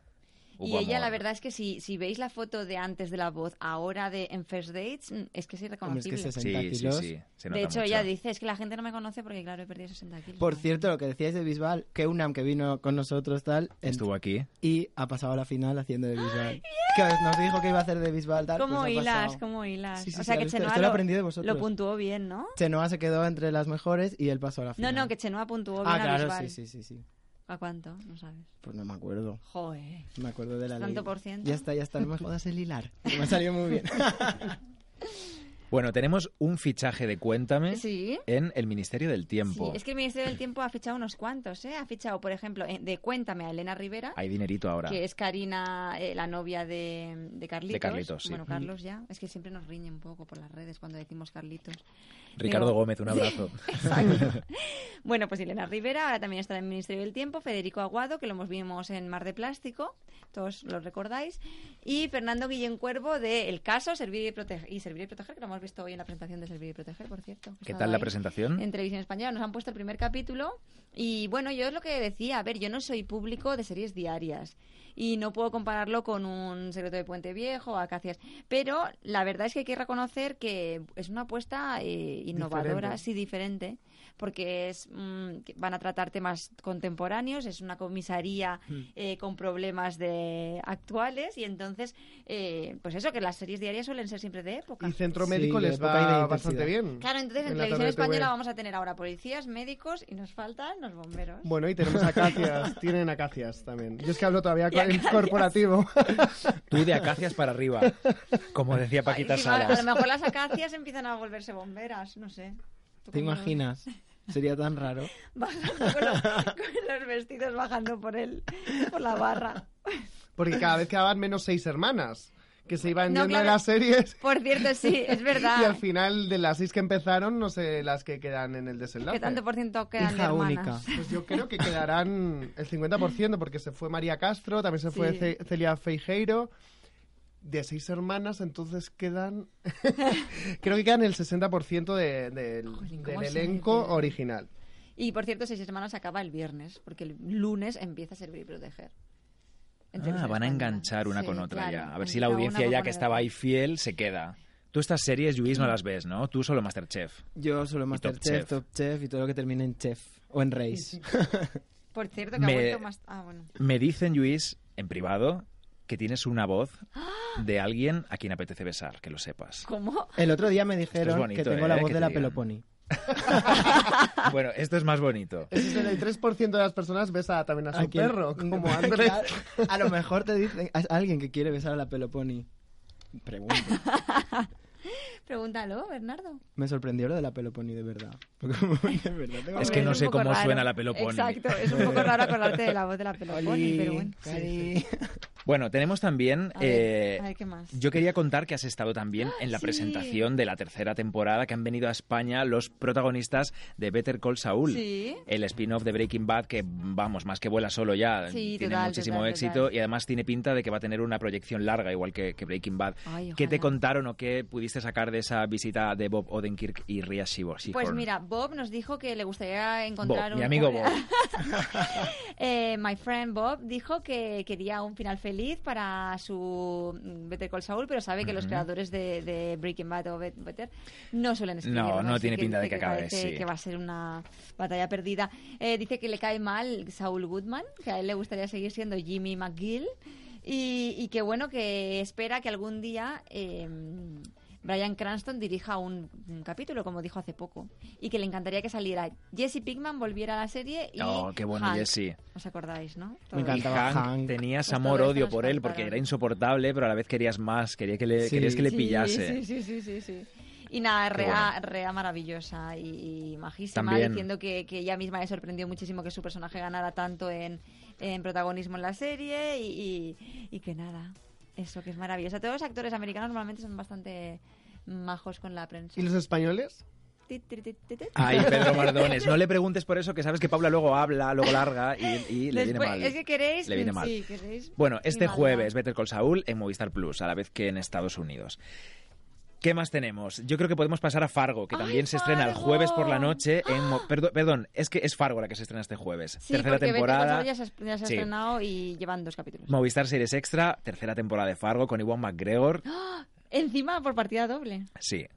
[SPEAKER 4] y
[SPEAKER 2] Hubo
[SPEAKER 4] ella,
[SPEAKER 2] amor.
[SPEAKER 4] la verdad es que si, si veis la foto de antes de la voz, ahora de en First Dates, mm, es que es irreconocible.
[SPEAKER 3] Hombre, es que
[SPEAKER 2] Sí,
[SPEAKER 3] 60 kilos.
[SPEAKER 2] sí, sí. Se nota
[SPEAKER 4] de hecho,
[SPEAKER 2] mucho.
[SPEAKER 4] ella dice, es que la gente no me conoce porque, claro, he perdido 60 kilos.
[SPEAKER 3] Por cierto, lo que decíais de Bisbal, que UNAM que vino con nosotros tal... en-
[SPEAKER 2] Estuvo aquí.
[SPEAKER 3] Y ha pasado a la final haciendo de Bisbal. Que nos dijo que iba a hacer de Bisbal tal.
[SPEAKER 4] ¿Cómo
[SPEAKER 3] pues ha
[SPEAKER 4] hilas?
[SPEAKER 3] pasado.
[SPEAKER 4] ¿Cómo hilas?
[SPEAKER 3] Sí, sí,
[SPEAKER 4] o
[SPEAKER 3] sí,
[SPEAKER 4] sea,
[SPEAKER 3] ¿has
[SPEAKER 4] que
[SPEAKER 3] visto?
[SPEAKER 4] Chenoa
[SPEAKER 3] Esto lo
[SPEAKER 4] lo,
[SPEAKER 3] aprendí de vosotros.
[SPEAKER 4] lo puntuó bien, ¿no?
[SPEAKER 3] Chenoa se quedó entre las mejores y él pasó a la
[SPEAKER 4] No,
[SPEAKER 3] final.
[SPEAKER 4] no, que Chenoa puntuó bien
[SPEAKER 3] Ah,
[SPEAKER 4] a
[SPEAKER 3] claro,
[SPEAKER 4] Bisbal.
[SPEAKER 3] sí, sí, sí, sí.
[SPEAKER 4] ¿A cuánto? No sabes.
[SPEAKER 3] Pues no me acuerdo.
[SPEAKER 4] Joder.
[SPEAKER 3] Me acuerdo de la
[SPEAKER 4] ¿Tanto
[SPEAKER 3] ley.
[SPEAKER 4] por ciento?
[SPEAKER 3] Ya está, ya está. No me jodas el
[SPEAKER 10] [LAUGHS]
[SPEAKER 3] hilar. Me ha salido muy [LAUGHS] bien.
[SPEAKER 2] Bueno, tenemos un fichaje de Cuéntame
[SPEAKER 4] ¿Eh? Sí.
[SPEAKER 2] en el Ministerio del
[SPEAKER 4] Sí,
[SPEAKER 2] Tiempo.
[SPEAKER 4] es que el Ministerio del Tiempo ha fichado unos cuantos, ¿eh? Ha fichado, por ejemplo, en- de Cuéntame a Elena Rivera.
[SPEAKER 2] Hay dinerito ahora.
[SPEAKER 4] Que es Karina, eh, la novia de, de Carlitos.
[SPEAKER 2] De Carlitos, sí.
[SPEAKER 4] Bueno,
[SPEAKER 2] Mm.
[SPEAKER 4] Carlos ya. Es que siempre nos riñen un poco por las redes cuando
[SPEAKER 2] [LAUGHS]
[SPEAKER 4] decimos Carlitos.
[SPEAKER 2] Ricardo
[SPEAKER 4] Pero-
[SPEAKER 2] Gómez, un
[SPEAKER 4] [LAUGHS]
[SPEAKER 2] abrazo.
[SPEAKER 4] Exacto. bueno, pues Elena Rivera ahora también está en el Ministerio del Tiempo. Federico Aguado, que lo hemos vimos en Mar de Plástico. Todos lo recordáis. Y Fernando Guillén Cuervo de El Caso, Servir y Proteger. Y Servir y Proteger, que lo hemos visto hoy en la presentación de Servir y Proteger, por cierto.
[SPEAKER 2] ¿Qué
[SPEAKER 4] Estaba
[SPEAKER 2] tal la
[SPEAKER 4] ahí
[SPEAKER 2] presentación?
[SPEAKER 4] en televisión española nos han puesto el primer capítulo y bueno yo es lo que decía a ver yo no soy público de series diarias y no puedo compararlo con un secreto de Puente Viejo o Acacias pero la verdad es que hay que reconocer que es una apuesta eh, innovadora
[SPEAKER 15] Diferente.
[SPEAKER 4] sí diferente porque es mm, que van a tratar temas contemporáneos es una comisaría
[SPEAKER 15] Mm.
[SPEAKER 4] eh, con problemas de actuales y entonces eh, pues eso que las series diarias suelen ser siempre de época
[SPEAKER 10] Y Centro
[SPEAKER 3] Sí,
[SPEAKER 10] Médico
[SPEAKER 3] de
[SPEAKER 10] les
[SPEAKER 3] época y de
[SPEAKER 10] va
[SPEAKER 3] intensidad.
[SPEAKER 10] bastante bien.
[SPEAKER 4] Claro, entonces en,
[SPEAKER 10] En la
[SPEAKER 4] televisión
[SPEAKER 10] tarde TV.
[SPEAKER 4] española vamos a tener ahora policías, médicos y nos faltan los bomberos.
[SPEAKER 10] Bueno, y tenemos
[SPEAKER 4] [LAUGHS]
[SPEAKER 10] acacias. tienen acacias también. Yo es que hablo todavía
[SPEAKER 4] Y
[SPEAKER 10] con el
[SPEAKER 4] acacias.
[SPEAKER 10] corporativo. [LAUGHS]
[SPEAKER 2] Tú de acacias para arriba, como decía Paquita
[SPEAKER 4] Sí, a, a
[SPEAKER 2] Salas.
[SPEAKER 4] lo mejor las acacias empiezan a volverse bomberas, no sé. ¿Tú
[SPEAKER 3] ¿Te
[SPEAKER 4] cómo lo
[SPEAKER 3] imaginas? Sería
[SPEAKER 4] [LAUGHS]
[SPEAKER 3] tan raro.
[SPEAKER 4] ves? Bajando con los, con los vestidos bajando por el, por la barra.
[SPEAKER 10] Porque cada vez quedaban menos seis hermanas. Que se iban
[SPEAKER 4] No,
[SPEAKER 10] yendo
[SPEAKER 4] claro.
[SPEAKER 10] a las series.
[SPEAKER 4] Por cierto, sí, es verdad.
[SPEAKER 10] Y al final, de las seis que empezaron, no sé las que quedan en el desenlace.
[SPEAKER 4] ¿Qué tanto por ciento quedan de
[SPEAKER 10] Hija
[SPEAKER 4] hermanas?
[SPEAKER 10] única. Pues yo creo que quedarán el 50% porque se fue María Castro, también se fue
[SPEAKER 4] Sí.
[SPEAKER 10] Ce- Celia Feijeiro. De seis hermanas, entonces quedan... [LAUGHS] creo que quedan el 60% de- del-
[SPEAKER 4] ¿cómo
[SPEAKER 10] del
[SPEAKER 4] se
[SPEAKER 10] elenco
[SPEAKER 4] dice?
[SPEAKER 10] original.
[SPEAKER 4] Y por cierto, Seis Hermanas acaba el viernes, porque el lunes empieza a servir y proteger. En
[SPEAKER 2] Ah,
[SPEAKER 4] televisión
[SPEAKER 2] van a
[SPEAKER 4] española.
[SPEAKER 2] enganchar una
[SPEAKER 4] Sí,
[SPEAKER 2] con otra
[SPEAKER 4] claro,
[SPEAKER 2] ya. A ver si la
[SPEAKER 4] engancha una
[SPEAKER 2] audiencia ya
[SPEAKER 4] con
[SPEAKER 2] que
[SPEAKER 4] otra.
[SPEAKER 2] estaba ahí fiel se queda. Tú estas series, Luis, no las ves, ¿no? Tú solo Masterchef.
[SPEAKER 3] Yo solo
[SPEAKER 2] Y Top
[SPEAKER 3] Masterchef,
[SPEAKER 2] Chef.
[SPEAKER 3] Top Chef y todo lo que termine en Chef o en Race.
[SPEAKER 4] Por cierto, que
[SPEAKER 2] Me-
[SPEAKER 4] ha vuelto más... Ah, bueno.
[SPEAKER 2] Me dicen, Luis, en privado, que tienes una voz de alguien a quien apetece besar, que lo
[SPEAKER 4] [LAUGHS]
[SPEAKER 2] sepas.
[SPEAKER 4] ¿Cómo?
[SPEAKER 3] El otro día me dijeron
[SPEAKER 2] bonito,
[SPEAKER 3] que tengo la
[SPEAKER 2] ¿eh?
[SPEAKER 3] voz
[SPEAKER 2] Que
[SPEAKER 3] de
[SPEAKER 2] te
[SPEAKER 3] la
[SPEAKER 2] digan.
[SPEAKER 3] Peloponi.
[SPEAKER 2] Bueno, esto es más bonito.
[SPEAKER 10] El 63% de las personas besa también a su
[SPEAKER 3] ¿A quién?
[SPEAKER 10] perro, como Andrés.
[SPEAKER 3] [LAUGHS] Claro, a lo mejor te dicen a alguien que quiere besar a la Peloponi. Pregunta.
[SPEAKER 4] Pregúntalo, Bernardo.
[SPEAKER 3] Me sorprendió lo de la Peloponi, de verdad. Porque, [LAUGHS] de verdad
[SPEAKER 4] [LAUGHS]
[SPEAKER 3] tengo
[SPEAKER 2] Es
[SPEAKER 3] la-
[SPEAKER 2] que
[SPEAKER 4] Hombre,
[SPEAKER 2] no
[SPEAKER 4] es
[SPEAKER 2] sé
[SPEAKER 4] un poco
[SPEAKER 2] cómo
[SPEAKER 4] raro.
[SPEAKER 2] suena la Peloponi.
[SPEAKER 4] Exacto, es un poco raro acordarte de la voz de la Peloponi,
[SPEAKER 3] Oli,
[SPEAKER 4] pero bueno.
[SPEAKER 3] Cari.
[SPEAKER 2] Bueno, tenemos también.
[SPEAKER 4] A ver,
[SPEAKER 2] eh,
[SPEAKER 4] a ver, ¿qué más?
[SPEAKER 2] Yo quería contar que has estado también en la
[SPEAKER 4] sí.
[SPEAKER 2] presentación de la tercera temporada que han venido a España los protagonistas de Better Call Saul.
[SPEAKER 4] Sí.
[SPEAKER 2] El spin-off de Breaking Bad, que vamos, más que vuela solo ya,
[SPEAKER 4] Sí,
[SPEAKER 2] tiene
[SPEAKER 4] total,
[SPEAKER 2] muchísimo
[SPEAKER 4] total,
[SPEAKER 2] éxito
[SPEAKER 4] total.
[SPEAKER 2] y además tiene pinta de que va a tener una proyección larga, igual que, que Breaking Bad.
[SPEAKER 4] Ay,
[SPEAKER 2] ¿Qué te
[SPEAKER 4] ojalá.
[SPEAKER 2] contaron o qué pudiste sacar de esa visita de Bob Odenkirk y Ria Shibor?
[SPEAKER 4] Pues mira, Bob nos dijo que le gustaría encontrar un...
[SPEAKER 2] mi amigo
[SPEAKER 4] [LAUGHS]
[SPEAKER 2] Bob.
[SPEAKER 4] Eh, my friend Bob dijo que quería un final feliz para su mm, Better Call Saul, pero sabe que los
[SPEAKER 2] Ujú.
[SPEAKER 4] creadores de, de Breaking Bad o Bet- Better no suelen escribir.
[SPEAKER 2] No, no
[SPEAKER 4] Así
[SPEAKER 2] tiene pinta de
[SPEAKER 4] dice
[SPEAKER 2] que acabe,
[SPEAKER 4] parece
[SPEAKER 2] sí.
[SPEAKER 4] que va a ser una batalla perdida. Eh, dice que le cae mal Saul Goodman, que a él le gustaría seguir siendo Jimmy McGill y, y que bueno, que espera que algún día... eh, Brian Cranston dirija un, un capítulo, como dijo hace poco, y que le encantaría que saliera Jesse Pinkman, volviera a la serie y
[SPEAKER 2] Oh, qué bueno,
[SPEAKER 4] Hank.
[SPEAKER 2] Jesse.
[SPEAKER 4] ¿Os acordáis, no? Todos.
[SPEAKER 3] Me encantaba
[SPEAKER 2] Hank,
[SPEAKER 3] Hank.
[SPEAKER 2] tenías
[SPEAKER 4] Pues
[SPEAKER 2] amor
[SPEAKER 4] todo esto
[SPEAKER 2] odio
[SPEAKER 4] nos
[SPEAKER 2] por él porque
[SPEAKER 4] contaron.
[SPEAKER 2] era insoportable, pero a la vez querías más, quería que le,
[SPEAKER 3] Sí.
[SPEAKER 2] querías que le
[SPEAKER 4] Sí,
[SPEAKER 2] pillase.
[SPEAKER 4] Sí, sí, sí, sí, sí. Y nada,
[SPEAKER 2] Qué
[SPEAKER 4] Rea,
[SPEAKER 2] bueno.
[SPEAKER 4] Rea maravillosa y, y majísima,
[SPEAKER 2] También.
[SPEAKER 4] diciendo que, que ella misma le sorprendió muchísimo que su personaje ganara tanto en, en protagonismo en la serie y, y- y que nada, eso que es maravilloso. Todos los actores americanos normalmente son bastante majos con la prensa.
[SPEAKER 10] ¿Y los españoles?
[SPEAKER 4] Tit, tit, tit, tit, tit.
[SPEAKER 2] Ay,
[SPEAKER 4] [LAUGHS]
[SPEAKER 2] Pedro Mardones, no le preguntes por eso, que sabes que Paula luego habla, luego larga y, y le viene
[SPEAKER 4] Después-
[SPEAKER 2] mal.
[SPEAKER 4] Es que queréis...
[SPEAKER 2] Le viene mal.
[SPEAKER 4] Sí, queréis
[SPEAKER 2] Bueno,
[SPEAKER 4] mi
[SPEAKER 2] este
[SPEAKER 4] maldad.
[SPEAKER 2] jueves, Better Call Saul en Movistar Plus, a la vez que en Estados Unidos. ¿Qué más tenemos? Yo creo que podemos pasar a Fargo, que también se estrena el
[SPEAKER 4] Fargo! ¡Ah!
[SPEAKER 2] jueves por la noche. En Mo- Perdo- perdón, es que es Fargo la que se estrena este jueves.
[SPEAKER 4] Sí,
[SPEAKER 2] Tercera
[SPEAKER 4] porque Better Call
[SPEAKER 2] temporada.
[SPEAKER 4] Saul ya se, ha- ya se ha
[SPEAKER 2] Sí.
[SPEAKER 4] estrenado y llevan dos capítulos.
[SPEAKER 2] Movistar Series Extra, tercera temporada de Fargo con Iwan McGregor.
[SPEAKER 4] ¡Ah! Encima por partida doble.
[SPEAKER 2] Sí.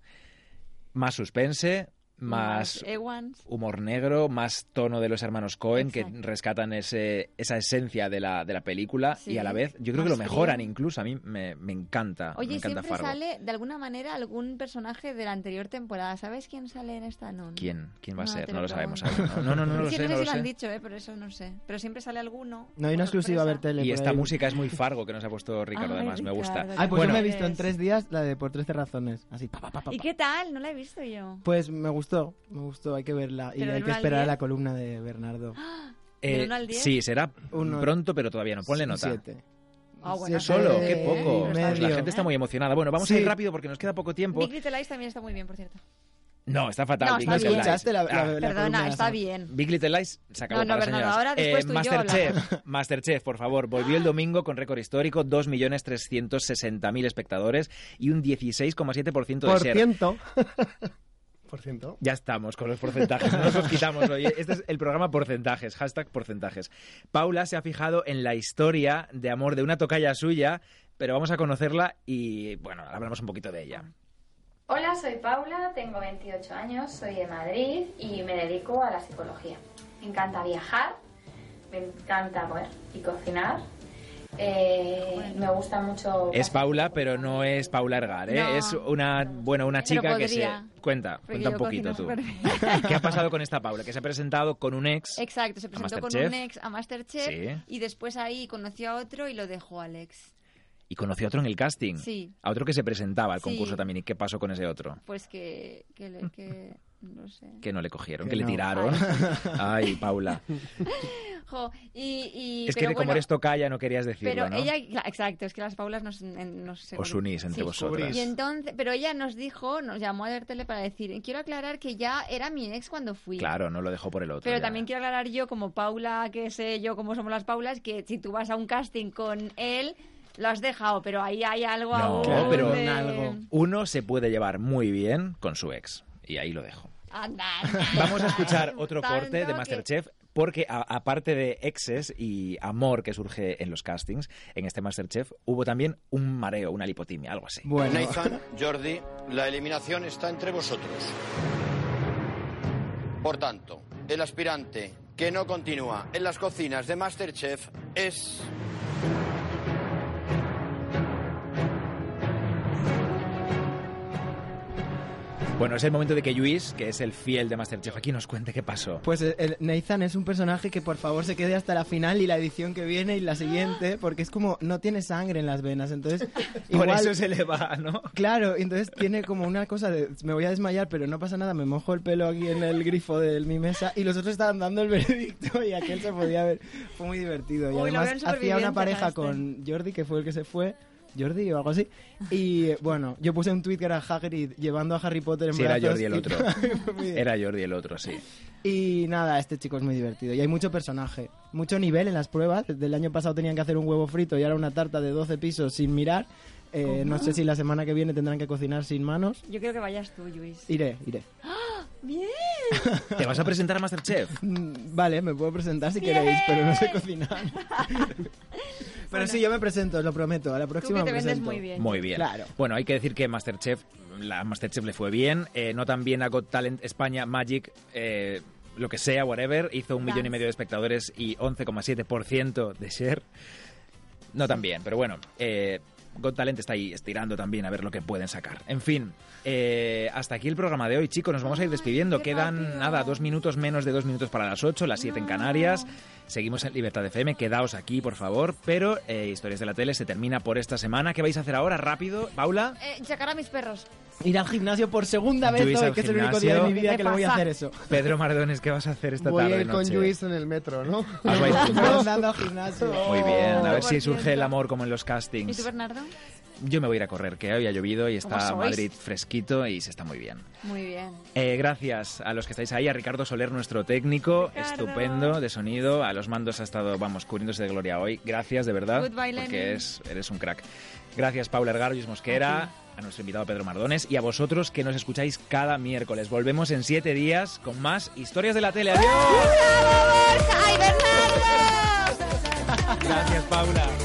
[SPEAKER 2] Más suspense, más
[SPEAKER 4] Ewans.
[SPEAKER 2] humor negro, más tono de los hermanos Cohen que
[SPEAKER 4] Exacto.
[SPEAKER 2] rescatan ese, esa esencia de la, de la película
[SPEAKER 4] Sí,
[SPEAKER 2] y a la vez yo creo que lo
[SPEAKER 4] más
[SPEAKER 2] mejoran
[SPEAKER 4] frío.
[SPEAKER 2] incluso. A mí me, me encanta. Ah, me
[SPEAKER 4] Oye,
[SPEAKER 2] encanta
[SPEAKER 4] siempre
[SPEAKER 2] Fargo.
[SPEAKER 4] sale de alguna manera algún personaje de la anterior temporada. ¿Sabes quién sale en esta? No, no.
[SPEAKER 2] ¿Quién? ¿Quién va a
[SPEAKER 4] No,
[SPEAKER 2] ser?
[SPEAKER 4] te
[SPEAKER 2] No
[SPEAKER 4] lo
[SPEAKER 2] lo sabemos
[SPEAKER 4] pregunto.
[SPEAKER 2] aún, No,
[SPEAKER 4] [LAUGHS]
[SPEAKER 2] no, no, no lo
[SPEAKER 4] Sí,
[SPEAKER 2] sé,
[SPEAKER 4] no sé
[SPEAKER 2] no
[SPEAKER 4] si
[SPEAKER 2] lo
[SPEAKER 4] lo han
[SPEAKER 2] sé.
[SPEAKER 4] dicho, ¿eh? pero eso no sé. Pero siempre sale alguno.
[SPEAKER 3] No hay una exclusiva a ver
[SPEAKER 4] sorpresa.
[SPEAKER 3] tele.
[SPEAKER 2] Y
[SPEAKER 3] por
[SPEAKER 2] esta
[SPEAKER 3] ahí.
[SPEAKER 2] música es muy Fargo que nos ha puesto Ricardo,
[SPEAKER 4] Ay,
[SPEAKER 2] además, me gusta. Ah,
[SPEAKER 4] Ricardo,
[SPEAKER 3] Ay, pues
[SPEAKER 2] bueno,
[SPEAKER 3] yo me he visto en
[SPEAKER 4] Eres.
[SPEAKER 3] tres días la de Por 13 razones. Así, pa, pa, pa, pa,
[SPEAKER 4] ¿Y
[SPEAKER 3] pa.
[SPEAKER 4] qué tal? No la he visto yo.
[SPEAKER 3] Pues me gustó, me gustó, hay que verla. Y
[SPEAKER 4] ¿Pero del
[SPEAKER 3] hay que
[SPEAKER 4] uno al
[SPEAKER 3] esperar a
[SPEAKER 4] diez?
[SPEAKER 3] la columna
[SPEAKER 2] [GASPS]
[SPEAKER 3] de Bernardo.
[SPEAKER 2] eh,
[SPEAKER 4] ¿del uno al diez?
[SPEAKER 2] sí, será
[SPEAKER 3] Uno-
[SPEAKER 2] pronto, pero todavía no. Ponle
[SPEAKER 3] Un
[SPEAKER 2] nota.
[SPEAKER 3] siete.
[SPEAKER 4] Ah, bueno,
[SPEAKER 3] Siete
[SPEAKER 2] Solo,
[SPEAKER 4] Sí,
[SPEAKER 2] qué poco.
[SPEAKER 3] y
[SPEAKER 4] Pues
[SPEAKER 2] Ostras, la
[SPEAKER 3] medio.
[SPEAKER 2] gente está muy emocionada. Bueno, vamos a ir
[SPEAKER 3] Sí.
[SPEAKER 2] rápido porque nos queda poco tiempo.
[SPEAKER 4] Big Little Lies también está muy bien, por cierto.
[SPEAKER 2] No, está fatal.
[SPEAKER 4] No,
[SPEAKER 2] Big
[SPEAKER 4] está
[SPEAKER 2] Little
[SPEAKER 4] bien.
[SPEAKER 2] Lies.
[SPEAKER 3] ¿Escuchaste la- la-
[SPEAKER 2] Ah.
[SPEAKER 3] la-
[SPEAKER 4] Perdona,
[SPEAKER 3] columna
[SPEAKER 4] está
[SPEAKER 3] esa?
[SPEAKER 4] bien.
[SPEAKER 2] Big Little Lies se acabó
[SPEAKER 4] No, no,
[SPEAKER 2] para
[SPEAKER 4] Bernardo,
[SPEAKER 2] señoras.
[SPEAKER 4] ahora después tú y yo
[SPEAKER 2] Masterchef, [LAUGHS] Masterchef, por favor, volvió el domingo con récord histórico, 2.360.000 espectadores y un 16,7% de
[SPEAKER 10] Por
[SPEAKER 2] share.
[SPEAKER 10] ciento. Por ciento.
[SPEAKER 2] Ya estamos con los porcentajes, no nos los quitamos hoy. Este es el programa porcentajes, hashtag porcentajes. Paula se ha fijado en la historia de amor de una tocaya suya, pero vamos a conocerla y, bueno, hablamos un poquito de ella.
[SPEAKER 15] Hola, soy Paula, tengo 28 años, soy de Madrid y me dedico a la psicología. Me encanta viajar, me encanta comer y cocinar. eh, me gusta mucho...
[SPEAKER 2] Es Paula, pero no es Paula Ergar, ¿eh?
[SPEAKER 15] No.
[SPEAKER 2] es una, bueno, una
[SPEAKER 15] Pero
[SPEAKER 2] chica que se...
[SPEAKER 4] podría,
[SPEAKER 2] Cuenta,
[SPEAKER 4] porque
[SPEAKER 2] cuenta un
[SPEAKER 4] yo
[SPEAKER 2] poquito
[SPEAKER 4] cocino
[SPEAKER 2] tú.
[SPEAKER 4] súper bien.
[SPEAKER 2] ¿Qué ha pasado con esta Paula? Que se ha presentado con un ex.
[SPEAKER 4] Exacto, se
[SPEAKER 2] A
[SPEAKER 4] presentó con
[SPEAKER 2] Masterchef.
[SPEAKER 4] un ex a Masterchef
[SPEAKER 2] Sí.
[SPEAKER 4] y después ahí conoció a otro y lo dejó Alex.
[SPEAKER 2] Y conoció a otro en el casting.
[SPEAKER 4] Sí.
[SPEAKER 2] A otro que se presentaba al
[SPEAKER 4] Sí.
[SPEAKER 2] concurso también. ¿Y qué pasó con ese otro?
[SPEAKER 4] Pues que, que, le- que no sé.
[SPEAKER 2] Que no le cogieron, que,
[SPEAKER 3] Que
[SPEAKER 2] le
[SPEAKER 3] no.
[SPEAKER 2] tiraron. [LAUGHS] Ay, Paula.
[SPEAKER 4] Jo, y, y-
[SPEAKER 2] es que
[SPEAKER 4] pero
[SPEAKER 2] como
[SPEAKER 4] bueno,
[SPEAKER 2] eres tocaya no querías decirlo,
[SPEAKER 4] Pero
[SPEAKER 2] ¿no?
[SPEAKER 4] ella, cla- exacto, es que las Paulas nos, en- nos
[SPEAKER 2] Os unís entre
[SPEAKER 4] Sí.
[SPEAKER 2] vosotras.
[SPEAKER 4] Y entonces, pero ella nos dijo, nos llamó a ver tele para decir, quiero aclarar que ya era mi ex cuando fui.
[SPEAKER 2] Claro, no lo dejó por el otro.
[SPEAKER 4] Pero
[SPEAKER 2] ya.
[SPEAKER 4] también quiero aclarar yo, como Paula, que sé yo cómo somos las Paulas, que si tú vas a un casting con él, lo has dejado, pero ahí hay algo
[SPEAKER 2] No,
[SPEAKER 4] aún
[SPEAKER 2] pero-
[SPEAKER 4] de-
[SPEAKER 3] algo.
[SPEAKER 2] Uno se puede llevar muy bien con su ex. Y ahí lo dejo.
[SPEAKER 4] Anda,
[SPEAKER 2] [LAUGHS] Vamos a escuchar otro
[SPEAKER 4] Tanto [LAUGHS]
[SPEAKER 2] corte de
[SPEAKER 4] que-
[SPEAKER 2] Masterchef. porque a- aparte de exes y amor que surge en los castings, en este Masterchef hubo también un mareo, una lipotimia, algo así.
[SPEAKER 3] Nathan, Jordi, la eliminación está entre vosotros. Por tanto, el aspirante que no continúa en las cocinas de Masterchef es.
[SPEAKER 2] Bueno, es el momento de que Luis, que es el fiel de Masterchef, aquí nos cuente qué pasó.
[SPEAKER 10] Pues eh, el Nathan es un personaje que por favor se quede hasta la final y la edición que viene y la siguiente, porque es como no tiene sangre en las venas, entonces
[SPEAKER 2] [LAUGHS] Por
[SPEAKER 10] igual,
[SPEAKER 2] eso se le va, ¿no?
[SPEAKER 10] claro, entonces tiene como una cosa de me voy a desmayar, pero no pasa nada, me mojo el pelo aquí en el grifo de mi mesa y los otros estaban dando el [LAUGHS] veredicto y aquel se podía ver, fue muy divertido y
[SPEAKER 16] Uy, lo
[SPEAKER 10] además
[SPEAKER 16] veo en
[SPEAKER 10] hacía una
[SPEAKER 16] Supervivientes,
[SPEAKER 10] pareja
[SPEAKER 16] a este.
[SPEAKER 10] con Jordi que fue el que se fue. Jordi o algo así. Y eh, bueno, yo puse un tweet que era Hagrid llevando a Harry Potter en
[SPEAKER 2] Sí, era
[SPEAKER 10] brazos
[SPEAKER 2] Jordi el
[SPEAKER 10] y- [LAUGHS]
[SPEAKER 2] otro. Era Jordi el otro, sí.
[SPEAKER 10] Y nada, este chico es muy divertido. Y hay mucho personaje, mucho nivel en las pruebas. Desde el año pasado tenían que hacer un huevo frito y ahora una tarta de 12 pisos sin mirar. Eh,
[SPEAKER 4] ¿Cómo?
[SPEAKER 10] no sé si la semana que viene tendrán que cocinar sin manos.
[SPEAKER 4] Yo creo que vayas tú, Luis.
[SPEAKER 10] Iré, iré.
[SPEAKER 4] ¡Ah! ¡Bien!
[SPEAKER 2] ¿Te vas a presentar a Masterchef?
[SPEAKER 10] Mm, Vale, me puedo presentar si
[SPEAKER 4] Bien.
[SPEAKER 10] queréis, pero no sé cocinar.
[SPEAKER 4] [LAUGHS]
[SPEAKER 10] pero sí, yo me presento, os lo prometo. A la próxima
[SPEAKER 4] te
[SPEAKER 10] me
[SPEAKER 4] vendes
[SPEAKER 10] presento.
[SPEAKER 4] muy bien.
[SPEAKER 2] Muy bien.
[SPEAKER 10] Claro.
[SPEAKER 2] Bueno, hay que decir que Masterchef, la Masterchef le fue bien, eh, no tan bien a Got Talent España, Magic, eh, lo que sea, whatever, hizo un millón y
[SPEAKER 17] Dance.
[SPEAKER 2] medio de espectadores y 11,7% de share. No tan bien, pero bueno, eh, Got Talent está ahí estirando también a ver lo que pueden sacar. En fin, eh, hasta aquí el programa de hoy, chicos, nos vamos a ir despidiendo. Quedan nada, dos minutos menos de dos minutos para las 8, las 7 en Canarias. Seguimos en Libertad FM, quedaos aquí, por favor. Pero eh, Historias de la Tele se termina por esta semana. ¿Qué vais a hacer ahora? Rápido, Paula.
[SPEAKER 16] Eh, sacar a mis perros.
[SPEAKER 10] Ir al gimnasio por segunda vez
[SPEAKER 2] Luis
[SPEAKER 10] hoy,
[SPEAKER 2] al
[SPEAKER 10] que es el único día de mi
[SPEAKER 2] gimnasio.
[SPEAKER 10] vida que le voy a hacer eso.
[SPEAKER 2] Pedro Mardones, ¿qué vas a hacer esta
[SPEAKER 6] Voy
[SPEAKER 2] tarde?
[SPEAKER 6] a ir con
[SPEAKER 2] noche?
[SPEAKER 6] Luis en el metro, ¿no?
[SPEAKER 2] ¿Os vais juntos?
[SPEAKER 10] [LAUGHS] Andando al gimnasio.
[SPEAKER 2] Muy bien, a ver si
[SPEAKER 4] 100%.
[SPEAKER 2] surge el amor como en los
[SPEAKER 4] ¿Y tú,
[SPEAKER 2] castings.
[SPEAKER 4] Bernardo?
[SPEAKER 2] Yo me voy a ir a correr, que hoy ha llovido y
[SPEAKER 4] ¿Cómo
[SPEAKER 2] está
[SPEAKER 4] sois?
[SPEAKER 2] Madrid fresquito y se está muy bien.
[SPEAKER 4] Muy bien.
[SPEAKER 2] Eh, gracias a los que estáis ahí, a Ricardo Soler, nuestro técnico,
[SPEAKER 4] Ricardo.
[SPEAKER 2] estupendo de sonido, a los mandos ha estado, vamos, cubriéndose de gloria hoy. Gracias, de verdad,
[SPEAKER 4] Goodbye,
[SPEAKER 2] porque
[SPEAKER 4] Lenin.
[SPEAKER 2] es, eres un crack. Gracias, Paula Ergaro, Luis Mosquera, a nuestro invitado Pedro Mardones y a vosotros que nos escucháis cada miércoles. Volvemos en siete días con más historias de la tele. ¡Adiós!
[SPEAKER 16] ¡Ay, Bernardo!
[SPEAKER 2] Gracias, Paula.